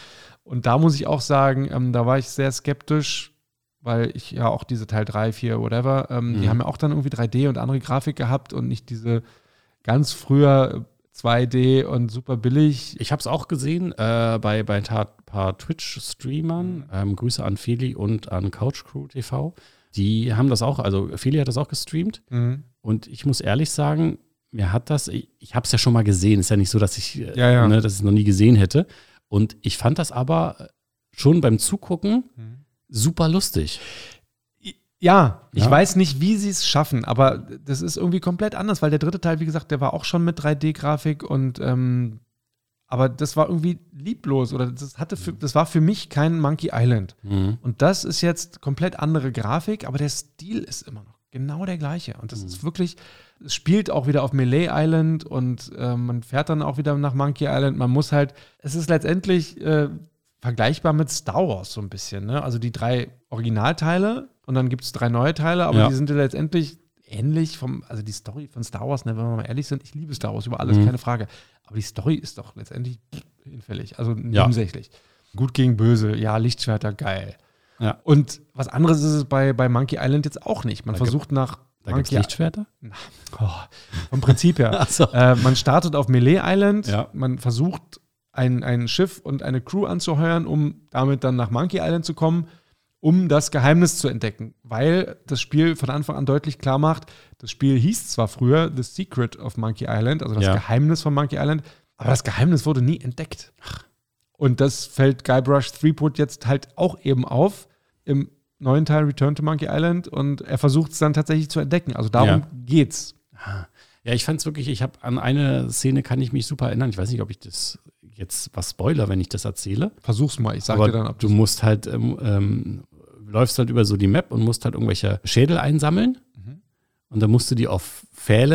C: Und da muss ich auch sagen, ähm, da war ich sehr skeptisch, weil ich ja auch diese Teil 3, 4, whatever, ähm, die
B: Mhm.
C: haben ja auch dann irgendwie 3D und andere Grafik gehabt und nicht diese ganz früher 2D und super billig.
B: Ich habe es auch gesehen äh, bei, bei ein paar, paar
C: Mhm.
B: Twitch-Streamern. Ähm, Grüße an Feli und an Couchcrew TV. Die haben das auch, also Feli hat das auch gestreamt.
C: Mhm.
B: Und ich muss ehrlich sagen, mir hat das, ich, ich habe es ja schon mal gesehen. Ist ja nicht so, dass ich äh,
C: Ja, ja.
B: Ne, dass ich es noch nie gesehen hätte. Und ich fand das aber schon beim Zugucken super lustig.
C: Ja, ich
B: Ja.
C: weiß nicht, wie sie es schaffen, aber das ist irgendwie komplett anders, weil der dritte Teil, wie gesagt, der war auch schon mit 3D-Grafik und ähm, aber das war irgendwie lieblos oder das hatte für, das war für mich kein Monkey Island.
B: Mhm.
C: Und das ist jetzt komplett andere Grafik, aber der Stil ist immer noch genau der gleiche. Und das ist wirklich, es spielt auch wieder auf Melee Island und äh, man fährt dann auch wieder nach Monkey Island. Man muss halt, es ist letztendlich äh, vergleichbar mit Star Wars so ein bisschen. Ne? Also die drei Originalteile und dann gibt es drei neue Teile, aber
B: Ja.
C: die sind ja letztendlich ähnlich vom, also die Story von Star Wars, ne, wenn wir mal ehrlich sind, ich liebe Star Wars über alles,
B: Mhm.
C: keine Frage. Aber die Story ist doch letztendlich pff, hinfällig, also
B: Ja.
C: nebensächlich. Gut gegen böse, ja, Lichtschwerter, geil.
B: Ja.
C: Und was anderes ist es bei, bei Monkey Island jetzt auch nicht. Man
B: Da gibt-
C: versucht nach
B: Da gibt es
C: Monkey
B: Lichtschwerter?
C: Oh, vom Prinzip her.
B: Ach so.
C: äh, man startet auf Melee Island,
B: Ja.
C: man versucht ein, ein Schiff und eine Crew anzuheuern, um damit dann nach Monkey Island zu kommen, um das Geheimnis zu entdecken. Weil das Spiel von Anfang an deutlich klar macht, das Spiel hieß zwar früher The Secret of Monkey Island, also das
B: Ja.
C: Geheimnis von Monkey Island, aber das Geheimnis wurde nie entdeckt. Und das fällt Guybrush Threepwood jetzt halt auch eben auf im neuen Teil Return to Monkey Island und er versucht es dann tatsächlich zu entdecken. Also darum
B: Ja.
C: geht's.
B: Ja, ich fand es wirklich, ich habe an eine Szene kann ich mich super erinnern. Ich weiß nicht, ob ich das jetzt was spoiler, wenn ich das erzähle.
C: Versuch's mal, ich sag
B: Aber
C: dir dann, ob
B: du
C: du.
B: musst halt, ähm, ähm, läufst halt über so die Map und musst halt irgendwelche Schädel einsammeln.
C: Mhm.
B: Und dann musst du die auf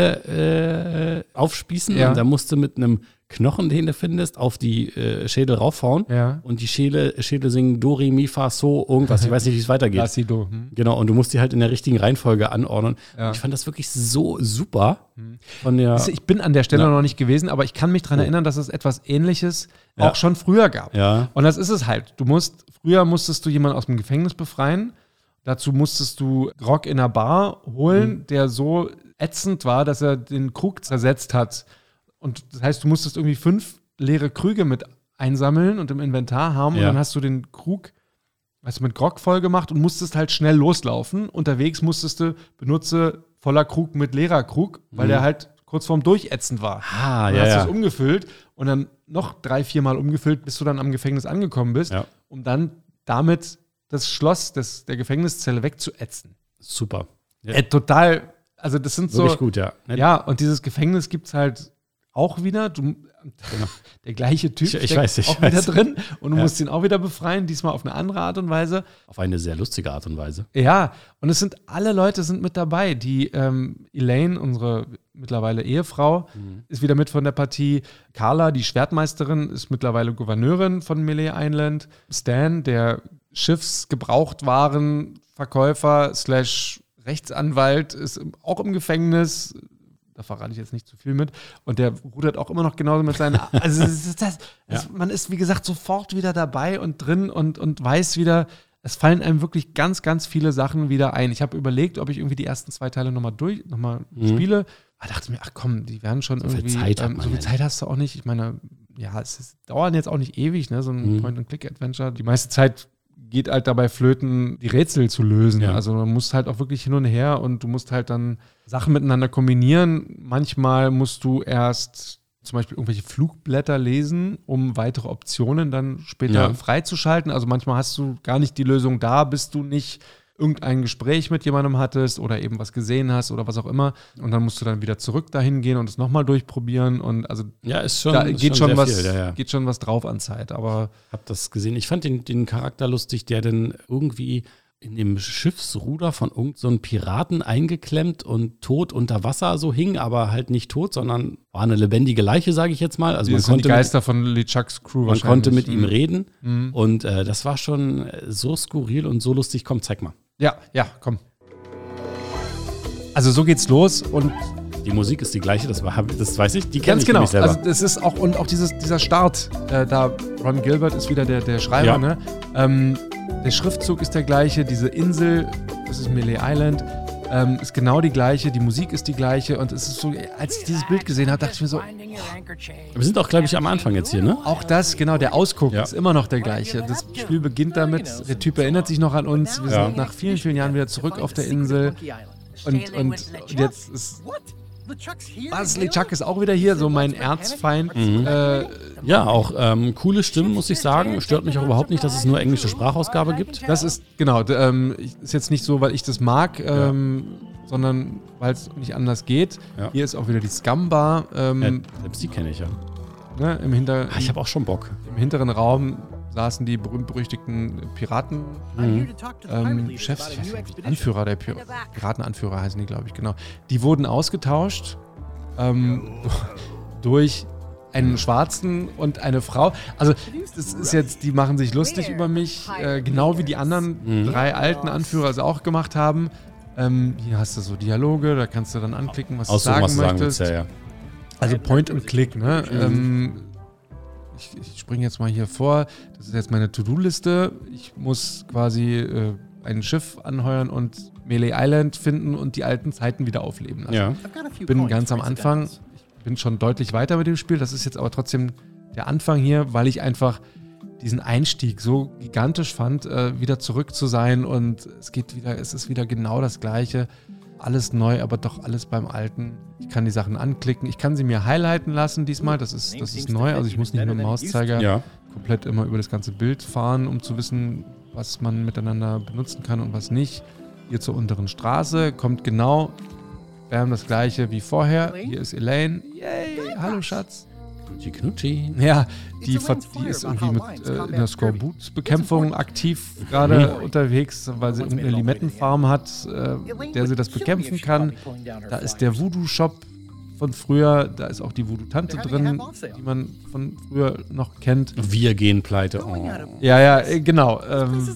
B: Pfähle äh, aufspießen.
C: Ja.
B: Und dann musst du mit einem Knochen, den du findest, auf die äh, Schädel raufhauen.
C: Ja.
B: Und die Schädel, Schädel singen Do, Re, Mi, Fa, So, irgendwas. Ich weiß nicht, wie es weitergeht.
C: Lassido. Hm?
B: Genau, und du musst die halt in der richtigen Reihenfolge anordnen.
C: Ja. Mhm.
B: Ich fand das wirklich so super. Von der,
C: Also Ich bin an der Stelle noch nicht gewesen, aber ich kann mich daran
B: Oh.
C: erinnern, dass es etwas Ähnliches
B: Ja.
C: auch schon früher gab.
B: ja.
C: Und das ist es halt. Du musst, früher musstest du jemanden aus dem Gefängnis befreien. Dazu musstest du Rock in einer Bar holen,
B: Hm.
C: der so ätzend war, dass er den Krug zersetzt hat. Und das heißt, du musstest irgendwie fünf leere Krüge mit einsammeln und im Inventar haben. Und
B: Ja.
C: dann hast du den Krug, weißt du, mit Grog voll gemacht und musstest halt schnell loslaufen. Unterwegs musstest du benutze voller Krug mit leerer Krug, weil der halt kurz vorm Durchätzen war.
B: Mhm. Ah,
C: Und dann
B: ja,
C: hast um-
B: ja.
C: du es umgefüllt und dann noch drei, viermal umgefüllt, bis du dann am Gefängnis angekommen bist,
B: Ja.
C: um dann damit das Schloss des, der Gefängniszelle wegzuätzen.
B: Super. Ja.
C: Äh, total, also das sind
B: Wirklich
C: so.
B: gut, ja. Ne,
C: Ja, und dieses Gefängnis gibt es halt auch wieder. Du, Der gleiche Typ
B: Genau. Ich- ich
C: steckt
B: weiß, ich
C: auch
B: weiß.
C: wieder drin und du
B: Ja.
C: musst ihn auch wieder befreien, diesmal auf eine andere Art und Weise.
B: Auf eine sehr lustige Art und Weise.
C: Ja, und es sind alle Leute sind mit dabei. Die ähm, Elaine, unsere mittlerweile Ehefrau, ist wieder mit von der Partie. Carla, die Schwertmeisterin, ist mittlerweile Gouverneurin von Melee Island. Stan, der Schiffsgebrauchtwarenverkäufer slash Rechtsanwalt, ist im- auch im Gefängnis. Da verrate ich jetzt nicht zu viel mit. Und der rudert auch immer noch genauso mit seinen. Also es ist das, es, man ist, wie gesagt, sofort wieder dabei und drin und, und weiß wieder, es fallen einem wirklich ganz, ganz viele Sachen wieder ein. Ich habe überlegt, ob ich irgendwie die ersten zwei Teile nochmal durch, nochmal spiele. Aber dachte mir, ach komm, die werden schon
B: Mhm. viel
C: irgendwie.
B: Zeit hat
C: ähm,
B: man
C: so viel
B: ja
C: Zeit hast du auch nicht. Ich meine, ja, es ist, dauern jetzt auch nicht ewig, ne? So
B: Mhm.
C: ein Point-and-Click-Adventure. Die meiste Zeit geht halt dabei flöten, die Rätsel zu lösen.
B: Ja.
C: Also man muss halt auch wirklich hin und her und du musst halt dann Sachen miteinander kombinieren. Manchmal musst du erst zum Beispiel irgendwelche Flugblätter lesen, um weitere Optionen dann später
B: Ja.
C: freizuschalten. Also manchmal hast du gar nicht die Lösung da, bist du nicht irgendein Gespräch mit jemandem hattest oder eben was gesehen hast oder was auch immer. Und dann musst du dann wieder zurück dahin gehen und es nochmal durchprobieren. Und also
B: Ja, ist schon.
C: da
B: ist
C: geht, schon
B: sehr
C: was,
B: Viel, ja, Also ja.
C: geht schon was drauf an Zeit. Aber
B: Hab das gesehen. Ich fand den, den Charakter lustig, der dann irgendwie in dem Schiffsruder von irgendeinem so einem Piraten eingeklemmt und tot unter Wasser so hing, aber halt nicht tot, sondern war eine lebendige Leiche, sage ich jetzt mal. Also
C: die
B: man
C: sind
B: konnte,
C: die
B: mit,
C: Geister von LeChucks Crew
B: man konnte mit ihm
C: Mhm.
B: reden und äh, das war schon äh, so skurril und so lustig. Komm, zeig mal.
C: Ja, ja, komm. Also so geht's los und
B: Die Musik ist die gleiche, das, war, das weiß ich. Die kenne
C: Ganz
B: ich
C: genau.
B: nämlich selber.
C: Also das ist auch und auch dieses, dieser Start, äh, da Ron Gilbert ist wieder der, der Schreiber,
B: Ja.
C: ne? Ähm, der Schriftzug ist der gleiche, diese Insel, das ist Melee Island, ähm, ist genau die gleiche, die Musik ist die gleiche und es ist so, als ich dieses Bild gesehen habe, dachte ich mir so,
B: Wir sind auch, glaube ich, am Anfang jetzt hier, ne?
C: auch das, genau, der Ausguck
B: Ja.
C: ist immer noch der gleiche. Das Spiel beginnt damit, der Typ erinnert sich noch an uns, wir
B: Ja.
C: sind nach vielen, vielen Jahren wieder zurück auf der Insel.
F: Und, und, und jetzt ist. Was?
C: Wesley Chuck ist auch wieder hier, so mein Erzfeind.
B: Mhm.
C: Äh,
B: Ja, auch ähm, coole Stimmen, muss ich sagen. Stört mich auch überhaupt nicht, dass es nur englische Sprachausgabe gibt.
C: Das ist, genau, d- ähm, ich- ist jetzt nicht so, weil ich das mag, ähm, sondern weil es nicht anders geht.
B: Ja.
C: Hier ist auch wieder die Scum-Bar
B: Äh,
C: ähm,
B: selbst die kenne ich ja.
C: ne, im, hinter,
B: Ah, ich habe auch schon Bock.
C: im hinteren Raum saßen die berühmt-berüchtigten Piraten, ähm, Chefs, ich weiß nicht, Anführer der Pir Piratenanführer heißen die, glaube ich, genau. Die wurden ausgetauscht ähm, durch einen Schwarzen und eine Frau. Also das ist jetzt, die machen sich lustig über mich, äh, genau wie die anderen drei alten Anführer es auch gemacht haben. Ähm, hier hast du so Dialoge, da kannst du dann anklicken, was du
B: Aussuchen,
C: sagen
B: was du sagen
C: möchtest.
B: willst, ja, ja.
C: Also Point and Click, ne? Ähm, ich ich springe jetzt mal hier vor. Das ist jetzt meine To-Do-Liste. Ich muss quasi äh, ein Schiff anheuern und Melee Island finden und die alten Zeiten wieder aufleben lassen.
B: ja.
C: Ich ähm, bin ganz am Anfang. Ich bin schon deutlich weiter mit dem Spiel. Das ist jetzt aber trotzdem der Anfang hier, weil ich einfach diesen Einstieg so gigantisch fand, äh, wieder zurück zu sein und es geht wieder, es ist wieder genau das Gleiche. Alles neu, aber doch alles beim Alten. Ich kann die Sachen anklicken. Ich kann sie mir highlighten lassen diesmal. Das ist, das ist neu. Also ich muss nicht mit dem Mauszeiger
B: Ja.
C: komplett immer über das ganze Bild fahren, um zu wissen, was man miteinander benutzen kann und was nicht. Hier zur unteren Straße kommt genau bam, das gleiche wie vorher. Hier ist Elaine. Yay, hallo Schatz.
B: Knutschi, knutschi.
C: Ja, die, ver- die ist irgendwie mit äh, in der Skorbut-Bekämpfung aktiv gerade unterwegs, weil sie irgendeine Limettenfarm hat, äh, mit der sie das bekämpfen kann. Da ist der Voodoo-Shop von früher, da ist auch die Voodoo-Tante drin, die man von früher noch kennt.
B: Wir gehen pleite. Oh,
C: Ja, ja, äh, genau. Ähm,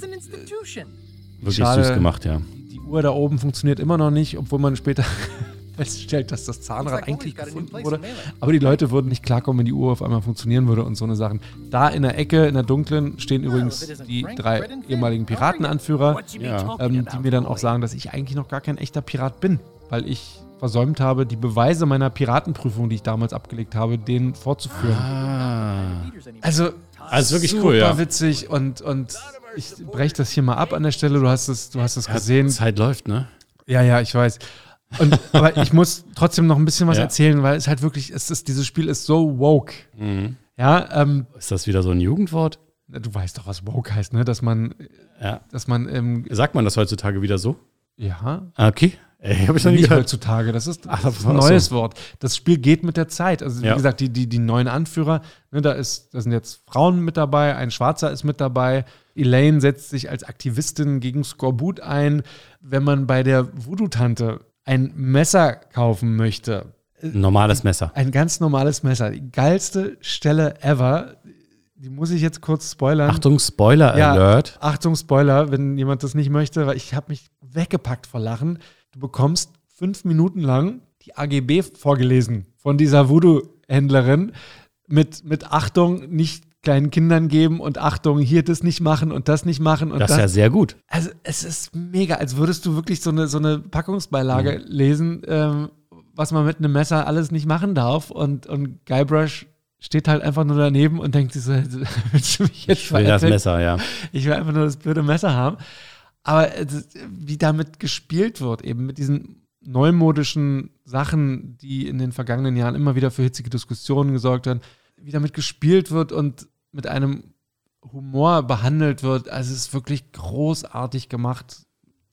B: wirklich
C: Schade.
B: süß gemacht, ja.
C: die Uhr da oben funktioniert immer noch nicht, obwohl man später feststellt, dass das Zahnrad eigentlich gefunden wurde. Aber die Leute würden nicht klarkommen, wenn die Uhr auf einmal funktionieren würde und so eine Sachen. Da in der Ecke, in der dunklen, stehen übrigens die drei ehemaligen Piratenanführer,
B: Ja.
C: ähm, die mir dann auch sagen, dass ich eigentlich noch gar kein echter Pirat bin, weil ich versäumt habe, die Beweise meiner Piratenprüfung, die ich damals abgelegt habe, denen vorzuführen.
B: Ah.
C: Also,
B: Also wirklich
C: super
B: cool, ja.
C: witzig und, und ich breche das hier mal ab an der Stelle. Du hast es, du hast es gesehen.
B: Zeit läuft, ne?
C: Ja, ja, ich weiß. Und, aber ich muss trotzdem noch ein bisschen was
B: Ja.
C: erzählen, weil es halt wirklich, es ist, dieses Spiel ist so woke.
B: Mhm.
C: Ja, ähm,
B: Ist das wieder so ein Jugendwort?
C: du weißt doch, was woke heißt, ne? Dass man,
B: Ja.
C: dass man, ähm,
B: Sagt man das heutzutage wieder so?
C: ja,
B: Ah, Okay. Ey, hab ich noch nie
C: nicht
B: gehört.
C: heutzutage. Das ist, das
B: Ach,
C: ist ein
B: ach so.
C: neues Wort. Das Spiel geht mit der Zeit. Also wie
B: Ja.
C: gesagt, die, die, die neuen Anführer, ne, da, ist, da sind jetzt Frauen mit dabei, ein Schwarzer ist mit dabei. Elaine setzt sich als Aktivistin gegen Skorbut ein. Wenn man bei der Voodoo-Tante ein Messer kaufen möchte,
B: Normales Messer.
C: ein ganz normales Messer. Die geilste Stelle ever. Die muss ich jetzt kurz spoilern.
B: Achtung, Spoiler
C: Ja,
B: Alert.
C: Achtung, Spoiler, wenn jemand das nicht möchte, weil ich habe mich weggepackt vor Lachen. Du bekommst fünf Minuten lang die AGB vorgelesen von dieser Voodoo-Händlerin mit, mit Achtung, nicht kleinen Kindern geben und Achtung, hier das nicht machen und das nicht machen und
B: Das
C: das.
B: ist ja sehr gut.
C: also es ist mega, als würdest du wirklich so eine, so eine Packungsbeilage
B: Mhm.
C: lesen, ähm, was man mit einem Messer alles nicht machen darf und, und Guybrush steht halt einfach nur daneben und denkt sich so, willst du mich jetzt
B: Ich will das
C: veräppeln?
B: Messer, ja.
C: Ich will einfach nur das blöde Messer haben. Aber es ist, wie damit gespielt wird, eben mit diesen neumodischen Sachen, die in den vergangenen Jahren immer wieder für hitzige Diskussionen gesorgt haben, wie damit gespielt wird und mit einem Humor behandelt wird. Also es ist wirklich großartig gemacht.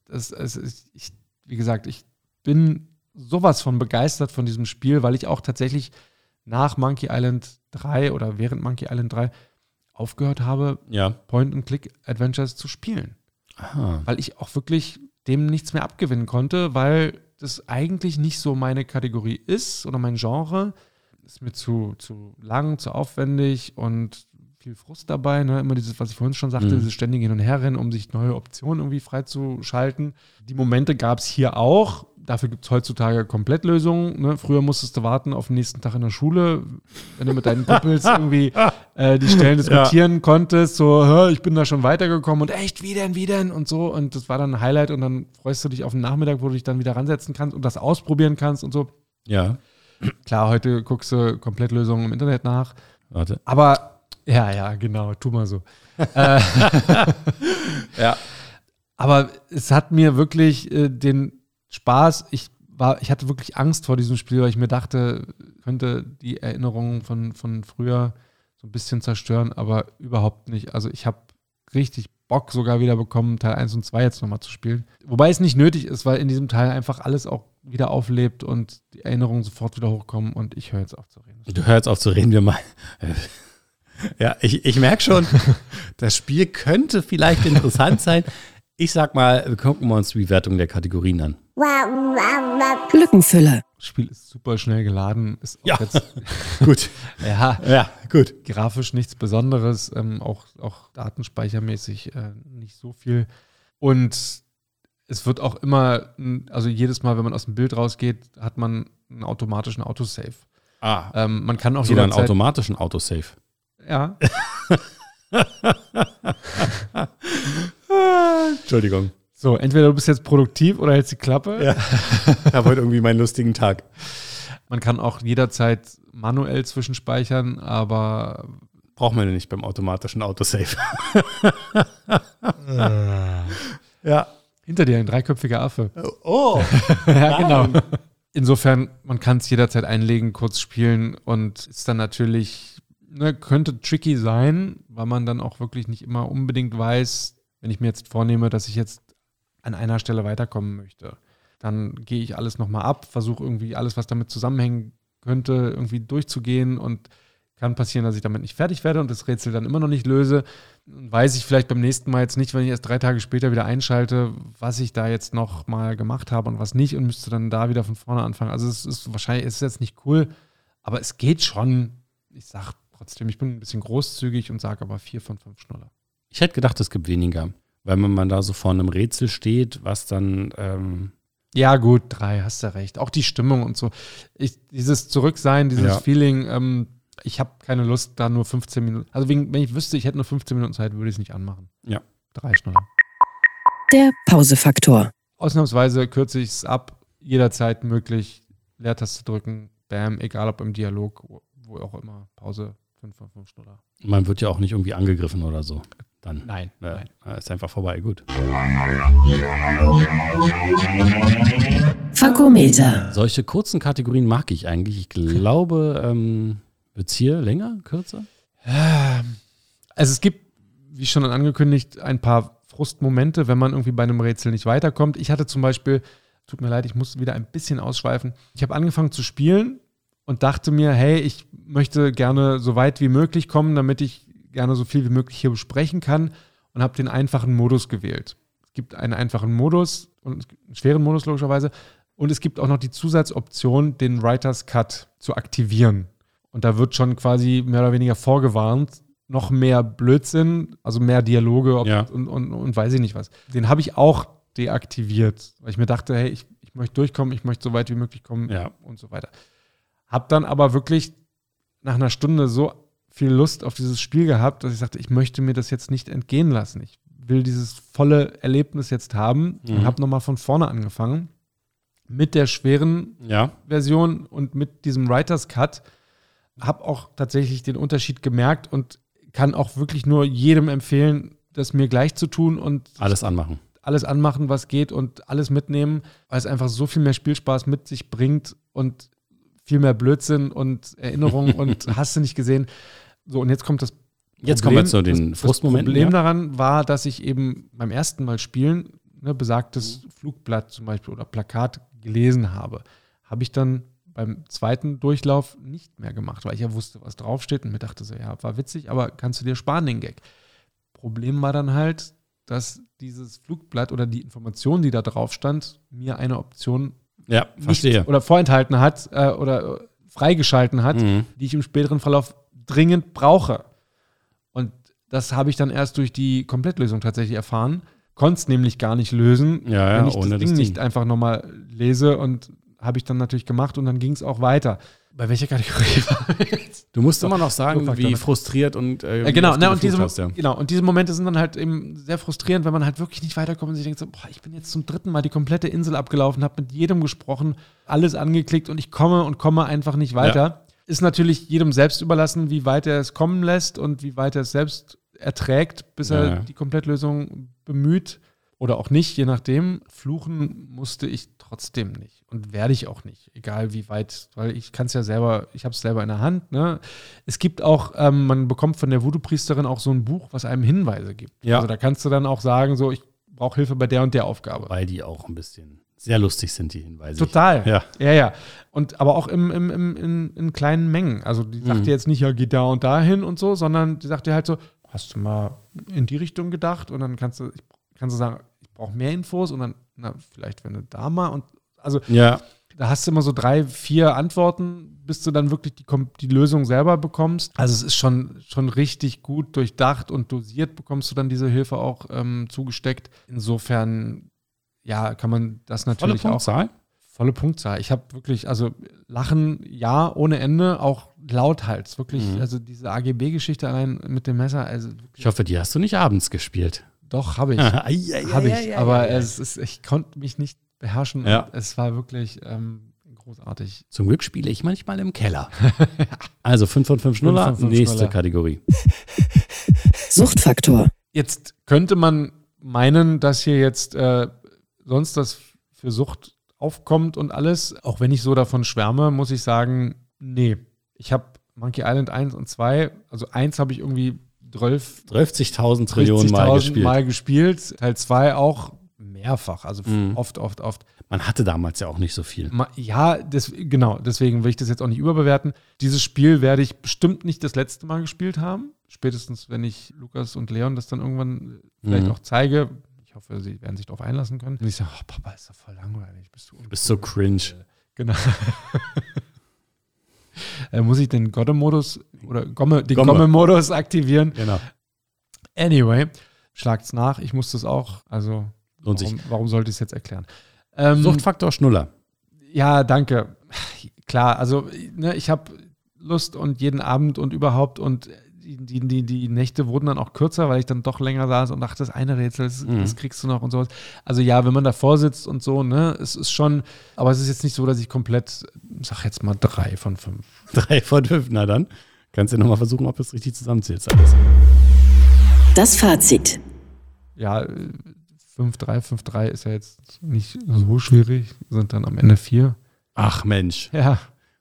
C: Es, es, ist- ich, wie gesagt, ich bin sowas von begeistert von diesem Spiel, weil ich auch tatsächlich nach Monkey Island 3 oder während Monkey Island 3 aufgehört habe,
B: Ja. Ah.
C: Point-and-Click-Adventures zu spielen.
B: Aha.
C: Weil ich auch wirklich dem nichts mehr abgewinnen konnte, weil das eigentlich nicht so meine Kategorie ist oder mein Genre. Ist mir zu, zu lang, zu aufwendig und viel Frust dabei. Ne? Immer dieses, was ich vorhin schon sagte,
B: Mhm.
C: dieses ständige Hin- und Herrennen, um sich neue Optionen irgendwie freizuschalten. Die Momente gab es hier auch, dafür gibt es heutzutage Komplettlösungen. Ne? Früher musstest du warten auf den nächsten Tag in der Schule, wenn du mit deinen Kumpels irgendwie äh, die Stellen diskutieren konntest. So, "Hä, ich bin da schon weitergekommen und echt, wie denn, wie denn und so. Und das war dann ein Highlight und dann freust du dich auf den Nachmittag, wo du dich dann wieder ransetzen kannst und das ausprobieren kannst und so.
B: Ja,
C: Klar, heute guckst du Komplettlösungen im Internet nach.
B: warte.
C: Aber ja, ja, genau, tu mal so. Äh,
B: Ja.
C: Aber es hat mir wirklich äh, den Spaß, ich war, ich hatte wirklich Angst vor diesem Spiel, weil ich mir dachte, könnte die Erinnerungen von, von früher so ein bisschen zerstören, aber überhaupt nicht. Also ich habe richtig Bock sogar wieder bekommen, Teil 1 und 2 jetzt nochmal zu spielen. Wobei es nicht nötig ist, weil in diesem Teil einfach alles auch wieder auflebt und die Erinnerungen sofort wieder hochkommen und ich höre jetzt auf zu reden.
B: Du hör jetzt auf zu reden, wir mal. Ja, ich, ich merke schon, das Spiel könnte vielleicht interessant sein. Ich sag mal, wir gucken wir uns die Bewertung der Kategorien an.
A: Lückenfüller.
C: Das Spiel ist super schnell geladen, ist auch
B: Ja.
C: jetzt
B: Gut.
C: ja,
B: Ja, gut.
C: grafisch nichts Besonderes, ähm, auch, auch datenspeichermäßig äh, nicht so viel. Und es wird auch immer, n- also jedes Mal, wenn man aus dem Bild rausgeht, hat man einen automatischen Autosave.
B: Ah,
C: Ähm, man kann auch
B: sogar einen
C: jederzeit,
B: automatischen Autosave.
C: ja,
B: Entschuldigung.
C: so entweder du bist jetzt produktiv oder hältst die Klappe.
B: Ja. Ich habe heute irgendwie meinen lustigen Tag.
C: Man kann auch jederzeit manuell zwischenspeichern, aber
B: Braucht man ja nicht beim automatischen Autosave. ja.
C: hinter dir ein dreiköpfiger Affe.
B: Oh.
C: Ja, genau. Insofern, man kann es jederzeit einlegen, kurz spielen und ist dann natürlich, ne, könnte tricky sein, weil man dann auch wirklich nicht immer unbedingt weiß, wenn ich mir jetzt vornehme, dass ich jetzt an einer Stelle weiterkommen möchte. Dann gehe ich alles nochmal ab, versuche irgendwie alles, was damit zusammenhängen könnte, irgendwie durchzugehen und kann passieren, dass ich damit nicht fertig werde und das Rätsel dann immer noch nicht löse. Weiß ich vielleicht beim nächsten Mal jetzt nicht, wenn ich erst drei Tage später wieder einschalte, was ich da jetzt noch mal gemacht habe und was nicht und müsste dann da wieder von vorne anfangen. Also es ist wahrscheinlich, es ist jetzt nicht cool, aber es geht schon. Ich sag trotzdem, ich bin ein bisschen großzügig und sage aber vier von fünf Schnuller.
B: Ich hätte gedacht, es gibt weniger. Weil wenn man da so vor einem Rätsel steht, was dann ähm,
C: Ja, gut, drei, hast du recht. Auch die Stimmung und so. Ich, dieses Zurücksein, dieses
B: Ja.
C: Feeling, ähm, ich habe keine Lust, da nur 15 Minuten. Also, wegen, wenn ich wüsste, ich hätte nur 15 Minuten Zeit, würde ich es nicht anmachen.
B: Ja.
C: Drei Schnuller.
A: Der Pausefaktor.
C: Ausnahmsweise kürze ich es ab, jederzeit möglich. Leertaste drücken, bam, egal ob im Dialog, wo, wo auch immer. Pause, fünf von fünf Schnuller.
B: Man wird ja auch nicht irgendwie angegriffen oder so. Dann.
C: Nein,
B: Ja, Ist einfach vorbei, gut.
A: Fakometer.
B: Solche kurzen Kategorien mag ich eigentlich. Ich glaube, ähm, wird es hier länger, kürzer?
C: Also es gibt, wie schon angekündigt, ein paar Frustmomente, wenn man irgendwie bei einem Rätsel nicht weiterkommt. Ich hatte zum Beispiel, tut mir leid, ich musste wieder ein bisschen ausschweifen. Ich habe angefangen zu spielen und dachte mir, hey, ich möchte gerne so weit wie möglich kommen, damit ich gerne so viel wie möglich hier besprechen kann und habe den einfachen Modus gewählt. Es gibt einen einfachen Modus und es gibt einen schweren Modus logischerweise und es gibt auch noch die Zusatzoption, den Writers Cut zu aktivieren. Und da wird schon quasi mehr oder weniger vorgewarnt, noch mehr Blödsinn, also mehr Dialoge ob,
B: Ja.
C: und, und, und weiß ich nicht was. Den habe ich auch deaktiviert, weil ich mir dachte, hey, ich, ich möchte durchkommen, ich möchte so weit wie möglich kommen
B: Ja.
C: und so weiter. Hab dann aber wirklich nach einer Stunde so viel Lust auf dieses Spiel gehabt, dass ich sagte, ich möchte mir das jetzt nicht entgehen lassen. Ich will dieses volle Erlebnis jetzt haben und
B: Mhm.
C: habe nochmal von vorne angefangen mit der schweren
B: Ja.
C: Version und mit diesem Writers Cut habe auch tatsächlich den Unterschied gemerkt und kann auch wirklich nur jedem empfehlen, das mir gleich zu tun und
B: Alles anmachen.
C: alles anmachen, was geht und alles mitnehmen, weil es einfach so viel mehr Spielspaß mit sich bringt und viel mehr Blödsinn und Erinnerungen und hast du nicht gesehen. So, und jetzt kommt das
B: Jetzt kommen
C: Problem,
B: wir zu den
C: das-
B: Frustmomenten.
C: Das Problem
B: ja.
C: daran war, dass ich eben beim ersten Mal spielen ne, besagtes
B: Mhm.
C: Flugblatt zum Beispiel oder Plakat gelesen habe. Habe ich dann beim zweiten Durchlauf nicht mehr gemacht, weil ich ja wusste, was draufsteht und mir dachte so, ja, war witzig, aber kannst du dir sparen den Gag? Problem war dann halt, dass dieses Flugblatt oder die Information, die da drauf stand, mir eine Option
B: ja, verstehe.
C: nicht oder vorenthalten hat äh, oder äh, freigeschalten hat,
B: Mhm.
C: die ich im späteren Verlauf dringend brauche. Und das habe ich dann erst durch die Komplettlösung tatsächlich erfahren, konnte es nämlich gar nicht lösen,
B: Ja, ja,
C: wenn ich
B: ohne
C: das Ding
B: das Ding.
C: nicht einfach nochmal lese und habe ich dann natürlich gemacht und dann ging es auch weiter. Bei welcher Kategorie war jetzt?
B: Du musst immer noch sagen,
C: Flugfaktor,
B: wie
C: ne?
B: frustriert und äh,
C: Ja, genau,
B: wie oft
C: ne,
B: du
C: und diese,
B: geflucht hast, ja.
C: genau, und diese Momente sind dann halt eben sehr frustrierend, wenn man halt wirklich nicht weiterkommt und sich denkt so, boah, ich bin jetzt zum dritten Mal die komplette Insel abgelaufen, habe mit jedem gesprochen, alles angeklickt und ich komme und komme einfach nicht weiter. Ist natürlich jedem selbst überlassen, wie weit er es kommen lässt und wie weit er es selbst erträgt, bis
B: Ja,
C: er
B: ja.
C: die Komplettlösung bemüht oder auch nicht, je nachdem. Fluchen musste ich trotzdem nicht und werde ich auch nicht, egal wie weit, weil ich kann es ja selber, ich habe es selber in der Hand. Ne? Es gibt auch, ähm, man bekommt von der Voodoo-Priesterin auch so ein Buch, was einem Hinweise gibt.
B: Ja.
C: Also da kannst du dann auch sagen, so ich brauche Hilfe bei der und der Aufgabe.
B: Weil die auch ein bisschen sehr lustig sind, die Hinweise.
C: Total.
B: Ja.
C: ja, ja. Und aber auch im, im, im, in, in kleinen Mengen. Also die sagt
B: Mhm.
C: dir jetzt nicht, ja, geh da und dahin und so, sondern die sagt dir halt so, hast du mal in die Richtung gedacht? Und dann kannst du, ich, kannst du sagen, ich brauche mehr Infos und dann, na, vielleicht wenn du da mal und also
B: Ja,
C: da hast du immer so drei, vier Antworten, bis du dann wirklich die, Kom- die Lösung selber bekommst. Also es ist schon, schon richtig gut durchdacht und dosiert bekommst du dann diese Hilfe auch ähm, zugesteckt. Insofern, ja, kann man das
B: volle
C: natürlich auch
B: Punktzahl.
C: Volle Punktzahl. Ich habe wirklich, also Lachen, ja, ohne Ende, auch lauthals. Wirklich,
B: Mhm.
C: also diese AGB-Geschichte allein mit dem Messer, also
B: Ich hoffe, die hast du nicht abends gespielt.
C: doch, habe ich.
B: Habe ich.
C: habe ich. aber es ist, ich konnte mich nicht beherrschen.
B: Ja.
C: Und es war wirklich ähm, großartig.
B: Zum Glück spiele ich manchmal im Keller. Also 5 von 5 Schnuller,
C: Fünf von fünf
B: nächste
C: Schnuller.
B: Kategorie.
A: Suchtfaktor.
C: Jetzt könnte man meinen, dass hier jetzt äh, sonst das für Sucht aufkommt und alles. Auch wenn ich so davon schwärme, muss ich sagen, nee. Ich habe Monkey Island 1 und 2, also 1 habe ich irgendwie 12
B: 30.000 Trillionen Mal
C: 60.000
B: gespielt.
C: Mal gespielt. Teil 2 auch mehrfach, also f-
B: Mhm.
C: oft, oft, oft.
B: Man hatte damals ja auch nicht so viel.
C: Ma- Ja, des, genau, deswegen will ich das jetzt auch nicht überbewerten. Dieses Spiel werde ich bestimmt nicht das letzte Mal gespielt haben. Spätestens, wenn ich Lukas und Leon das dann irgendwann äh, vielleicht
B: Mhm.
C: auch zeige. Ich hoffe, sie werden sich darauf einlassen können. Und ich sage, oh, Papa, ist doch voll langweilig. Bist du
B: Bist so cringe.
C: Genau. äh, muss ich den Gomme-Modus oder Gomme, den
B: Gomme.
C: Gomme-Modus aktivieren?
B: Genau.
C: Anyway, schlagt's nach. Ich musste es auch. Also,
B: Lohnt sich.
C: warum, warum sollte ich es jetzt erklären? Ähm,
B: Suchtfaktor Schnuller.
C: ja, danke. Klar, also ne, ich habe Lust und jeden Abend und überhaupt und die, die, die, die Nächte wurden dann auch kürzer, weil ich dann doch länger saß und dachte, das eine Rätsel, das,
B: Mhm.
C: das kriegst du noch und sowas. Also ja, wenn man davor sitzt und so, ne, es ist schon, aber es ist jetzt nicht so, dass ich komplett, sag jetzt mal drei von fünf.
B: Drei von fünf. Na dann, kannst du nochmal versuchen, ob du es richtig zusammenzählst. Alles.
A: Das Fazit.
C: Ja, äh, fünf, drei, fünf, drei ist ja jetzt nicht so schwierig, sind dann am Ende vier.
B: Ach Mensch,
C: Ja,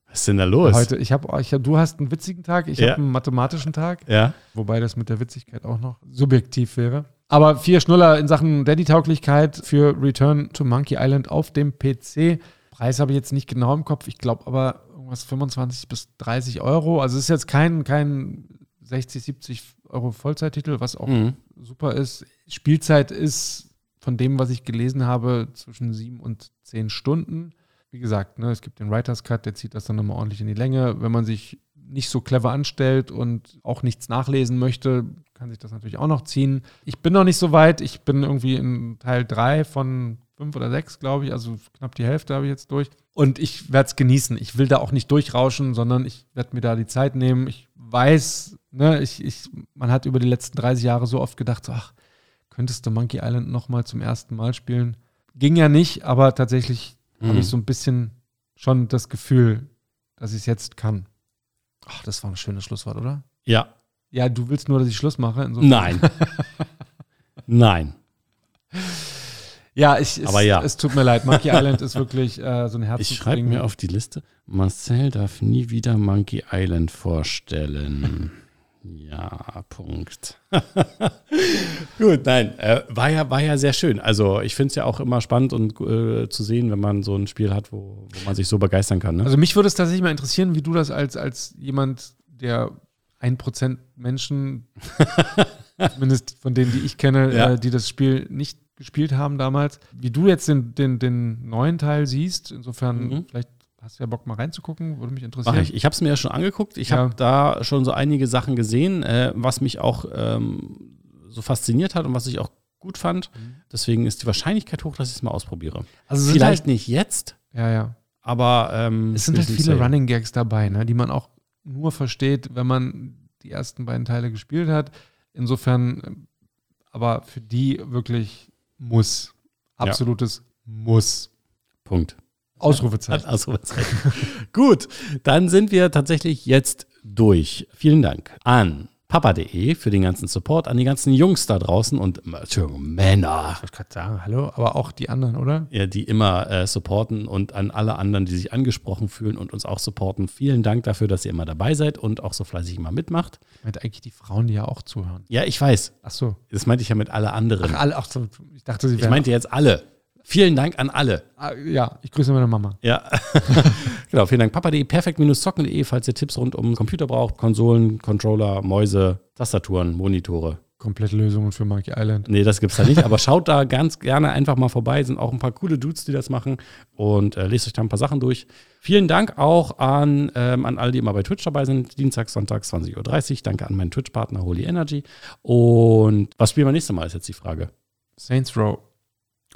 B: was ist denn da los?
C: heute, ich habe, ich hab, du hast einen witzigen Tag, ich
B: Ja.
C: habe einen mathematischen Tag.
B: Ja,
C: Wobei das mit der Witzigkeit auch noch subjektiv wäre. Aber vier Schnuller in Sachen Daddy-Tauglichkeit für Return to Monkey Island auf dem PC. Preis habe ich jetzt nicht genau im Kopf. Ich glaube aber irgendwas 25 bis 30 Euro. Also es ist jetzt kein, kein 60, 70 Euro Vollzeittitel, was auch
B: Mhm.
C: super ist. Spielzeit ist von dem, was ich gelesen habe, zwischen sieben und zehn Stunden. Wie gesagt, ne, es gibt den Writers Cut, der zieht das dann nochmal ordentlich in die Länge. Wenn man sich nicht so clever anstellt und auch nichts nachlesen möchte, kann sich das natürlich auch noch ziehen. Ich bin noch nicht so weit. Ich bin irgendwie in Teil drei von fünf oder sechs, glaube ich. Also knapp die Hälfte habe ich jetzt durch. Und ich werde es genießen. Ich will da auch nicht durchrauschen, sondern ich werde mir da die Zeit nehmen. Ich weiß, ne, ich, ich, man hat über die letzten 30 Jahre so oft gedacht, so, ach, könntest du Monkey Island nochmal zum ersten Mal spielen? Ging ja nicht, aber tatsächlich habe ich so ein bisschen schon das Gefühl, dass ich es jetzt kann. Ach, das war ein schönes Schlusswort, oder?
B: ja.
C: Ja, du willst nur, dass ich Schluss mache. insofern-
B: Nein. Nein.
C: Ja, ich, es,
B: Aber ja.
C: es tut mir leid. Monkey Island ist wirklich äh, so ein Herz.
B: Ich schreibe mir auf die Liste, Marcel darf nie wieder Monkey Island vorstellen. Ja, Punkt. Gut, nein, äh, war, ja, war ja sehr schön. Also ich finde es ja auch immer spannend und äh, zu sehen, wenn man so ein Spiel hat, wo, wo man sich so begeistern kann. Ne?
C: Also mich würde es tatsächlich mal interessieren, wie du das als, als jemand, der 1% Menschen, zumindest von denen, die ich kenne,
B: Ja.
C: äh, die das Spiel nicht gespielt haben damals, wie du jetzt den, den, den neuen Teil siehst. Insofern,
B: Mhm.
C: vielleicht hast du ja Bock mal reinzugucken, würde mich interessieren.
B: Mach ich. Ich habe es mir ja schon angeguckt. Ich
C: Ja.
B: habe da schon so einige Sachen gesehen, äh, was mich auch ähm, so fasziniert hat und was ich auch gut fand. Deswegen ist die Wahrscheinlichkeit hoch, dass ich es mal ausprobiere.
C: Mhm. Also es sind
B: Vielleicht
C: halt-
B: nicht jetzt,
C: Ja, ja.
B: aber ähm,
C: Es sind halt
B: wir
C: viele
B: safe.
C: Running Gags dabei, ne, die man auch nur versteht, wenn man die ersten beiden Teile gespielt hat. Insofern, ähm, aber für die wirklich muss.
B: Ja.
C: Absolutes Muss.
B: Punkt.
C: Ausrufezeichen.
B: Also, was Gut, dann sind wir tatsächlich jetzt durch. Vielen Dank an papa.de für den ganzen Support, an die ganzen Jungs da draußen und äh, Entschuldigung, Männer,
C: Ich wollte gerade sagen, hallo, aber auch die anderen, oder?
B: ja, die immer äh, supporten und an alle anderen, die sich angesprochen fühlen und uns auch supporten. Vielen Dank dafür, dass ihr immer dabei seid und auch so fleißig immer mitmacht.
C: Ich meinte eigentlich die Frauen, die ja auch zuhören.
B: Ja, ich weiß,
C: Ach so.
B: das meinte ich ja mit alle anderen.
C: Ach, alle, ach so. Ich dachte, sie
B: ich
C: wären.
B: meinte jetzt alle. Vielen Dank an alle.
C: Ah, ja, ich grüße meine Mama.
B: Ja, genau. Vielen Dank. Papa.de, perfekt-zocken.de, falls ihr Tipps rund um Computer braucht, Konsolen, Controller, Mäuse, Tastaturen, Monitore.
C: Komplett Lösungen für Monkey Island.
B: Nee, das gibt's da nicht, aber schaut da ganz gerne einfach mal vorbei. Sind auch ein paar coole Dudes, die das machen und äh, lest euch da ein paar Sachen durch. Vielen Dank auch an, ähm, an alle, die immer bei Twitch dabei sind. Dienstag, Sonntag, 20.30 Uhr. Danke an meinen Twitch-Partner Holy Energy. Und was spielen wir nächstes Mal, ist jetzt die Frage.
C: Saints Row.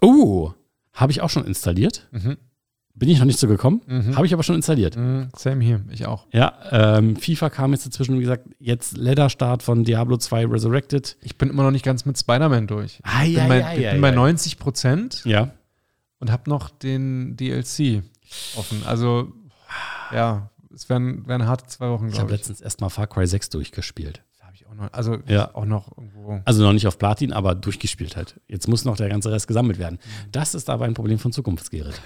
B: Oh, habe ich auch schon installiert.
C: Mhm.
B: Bin ich noch nicht so gekommen,
C: Mhm.
B: habe ich aber schon installiert.
C: Mhm, Same hier, ich auch.
B: Ja, ähm, FIFA kam jetzt dazwischen, wie gesagt, jetzt Ladder-Start von Diablo 2 Resurrected.
C: Ich bin immer noch nicht ganz mit Spider-Man durch.
B: Ah,
C: Ich bin bei, ich bin bei 90 Prozent
B: Ja,
C: und habe noch den DLC offen. Also, ja, es werden, werden harte zwei Wochen,
B: ich habe
C: glaube ich.
B: letztens erstmal Far Cry 6 durchgespielt.
C: Hab ich auch noch, also,
B: Ja.
C: auch noch irgendwo.
B: Also noch nicht auf Platin, aber durchgespielt halt. Jetzt muss noch der ganze Rest gesammelt werden. Das ist aber ein Problem von Zukunftsgerät.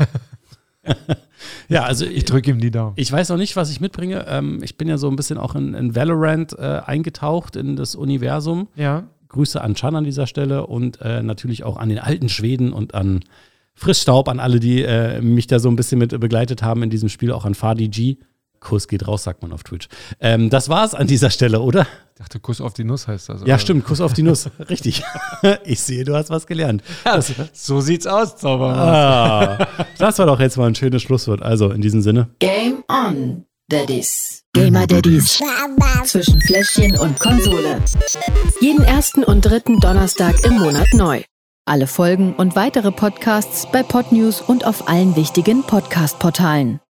B: ja, also
C: Ich
B: ich,
C: drücke ihm die Daumen.
B: ich weiß noch nicht, was ich mitbringe. Ähm, ich bin ja so ein bisschen auch in, in Valorant äh, eingetaucht, in das Universum.
C: ja,
B: Grüße an Chan an dieser Stelle und äh, natürlich auch an den alten Schweden und an Frischstaub, an alle, die äh, mich da so ein bisschen mit begleitet haben in diesem Spiel, auch an Fadi G. Kuss geht raus, sagt man auf Twitch. Ähm, das war's an dieser Stelle, oder?
C: ich dachte, Kuss auf die Nuss heißt das.
B: Ja,
C: aber-
B: stimmt, Kuss auf die Nuss. Äh. Richtig. Ich sehe, du hast was gelernt. Das,
C: So sieht's aus, Zauberer.
B: ah, das war doch jetzt mal ein schönes Schlusswort. Also in diesem Sinne.
A: Game on, Daddies. Gamer Daddies. Zwischen Fläschchen und Konsole.
G: Jeden ersten und dritten Donnerstag im Monat neu. Alle Folgen und weitere Podcasts bei Podnews und auf allen wichtigen Podcast-Portalen.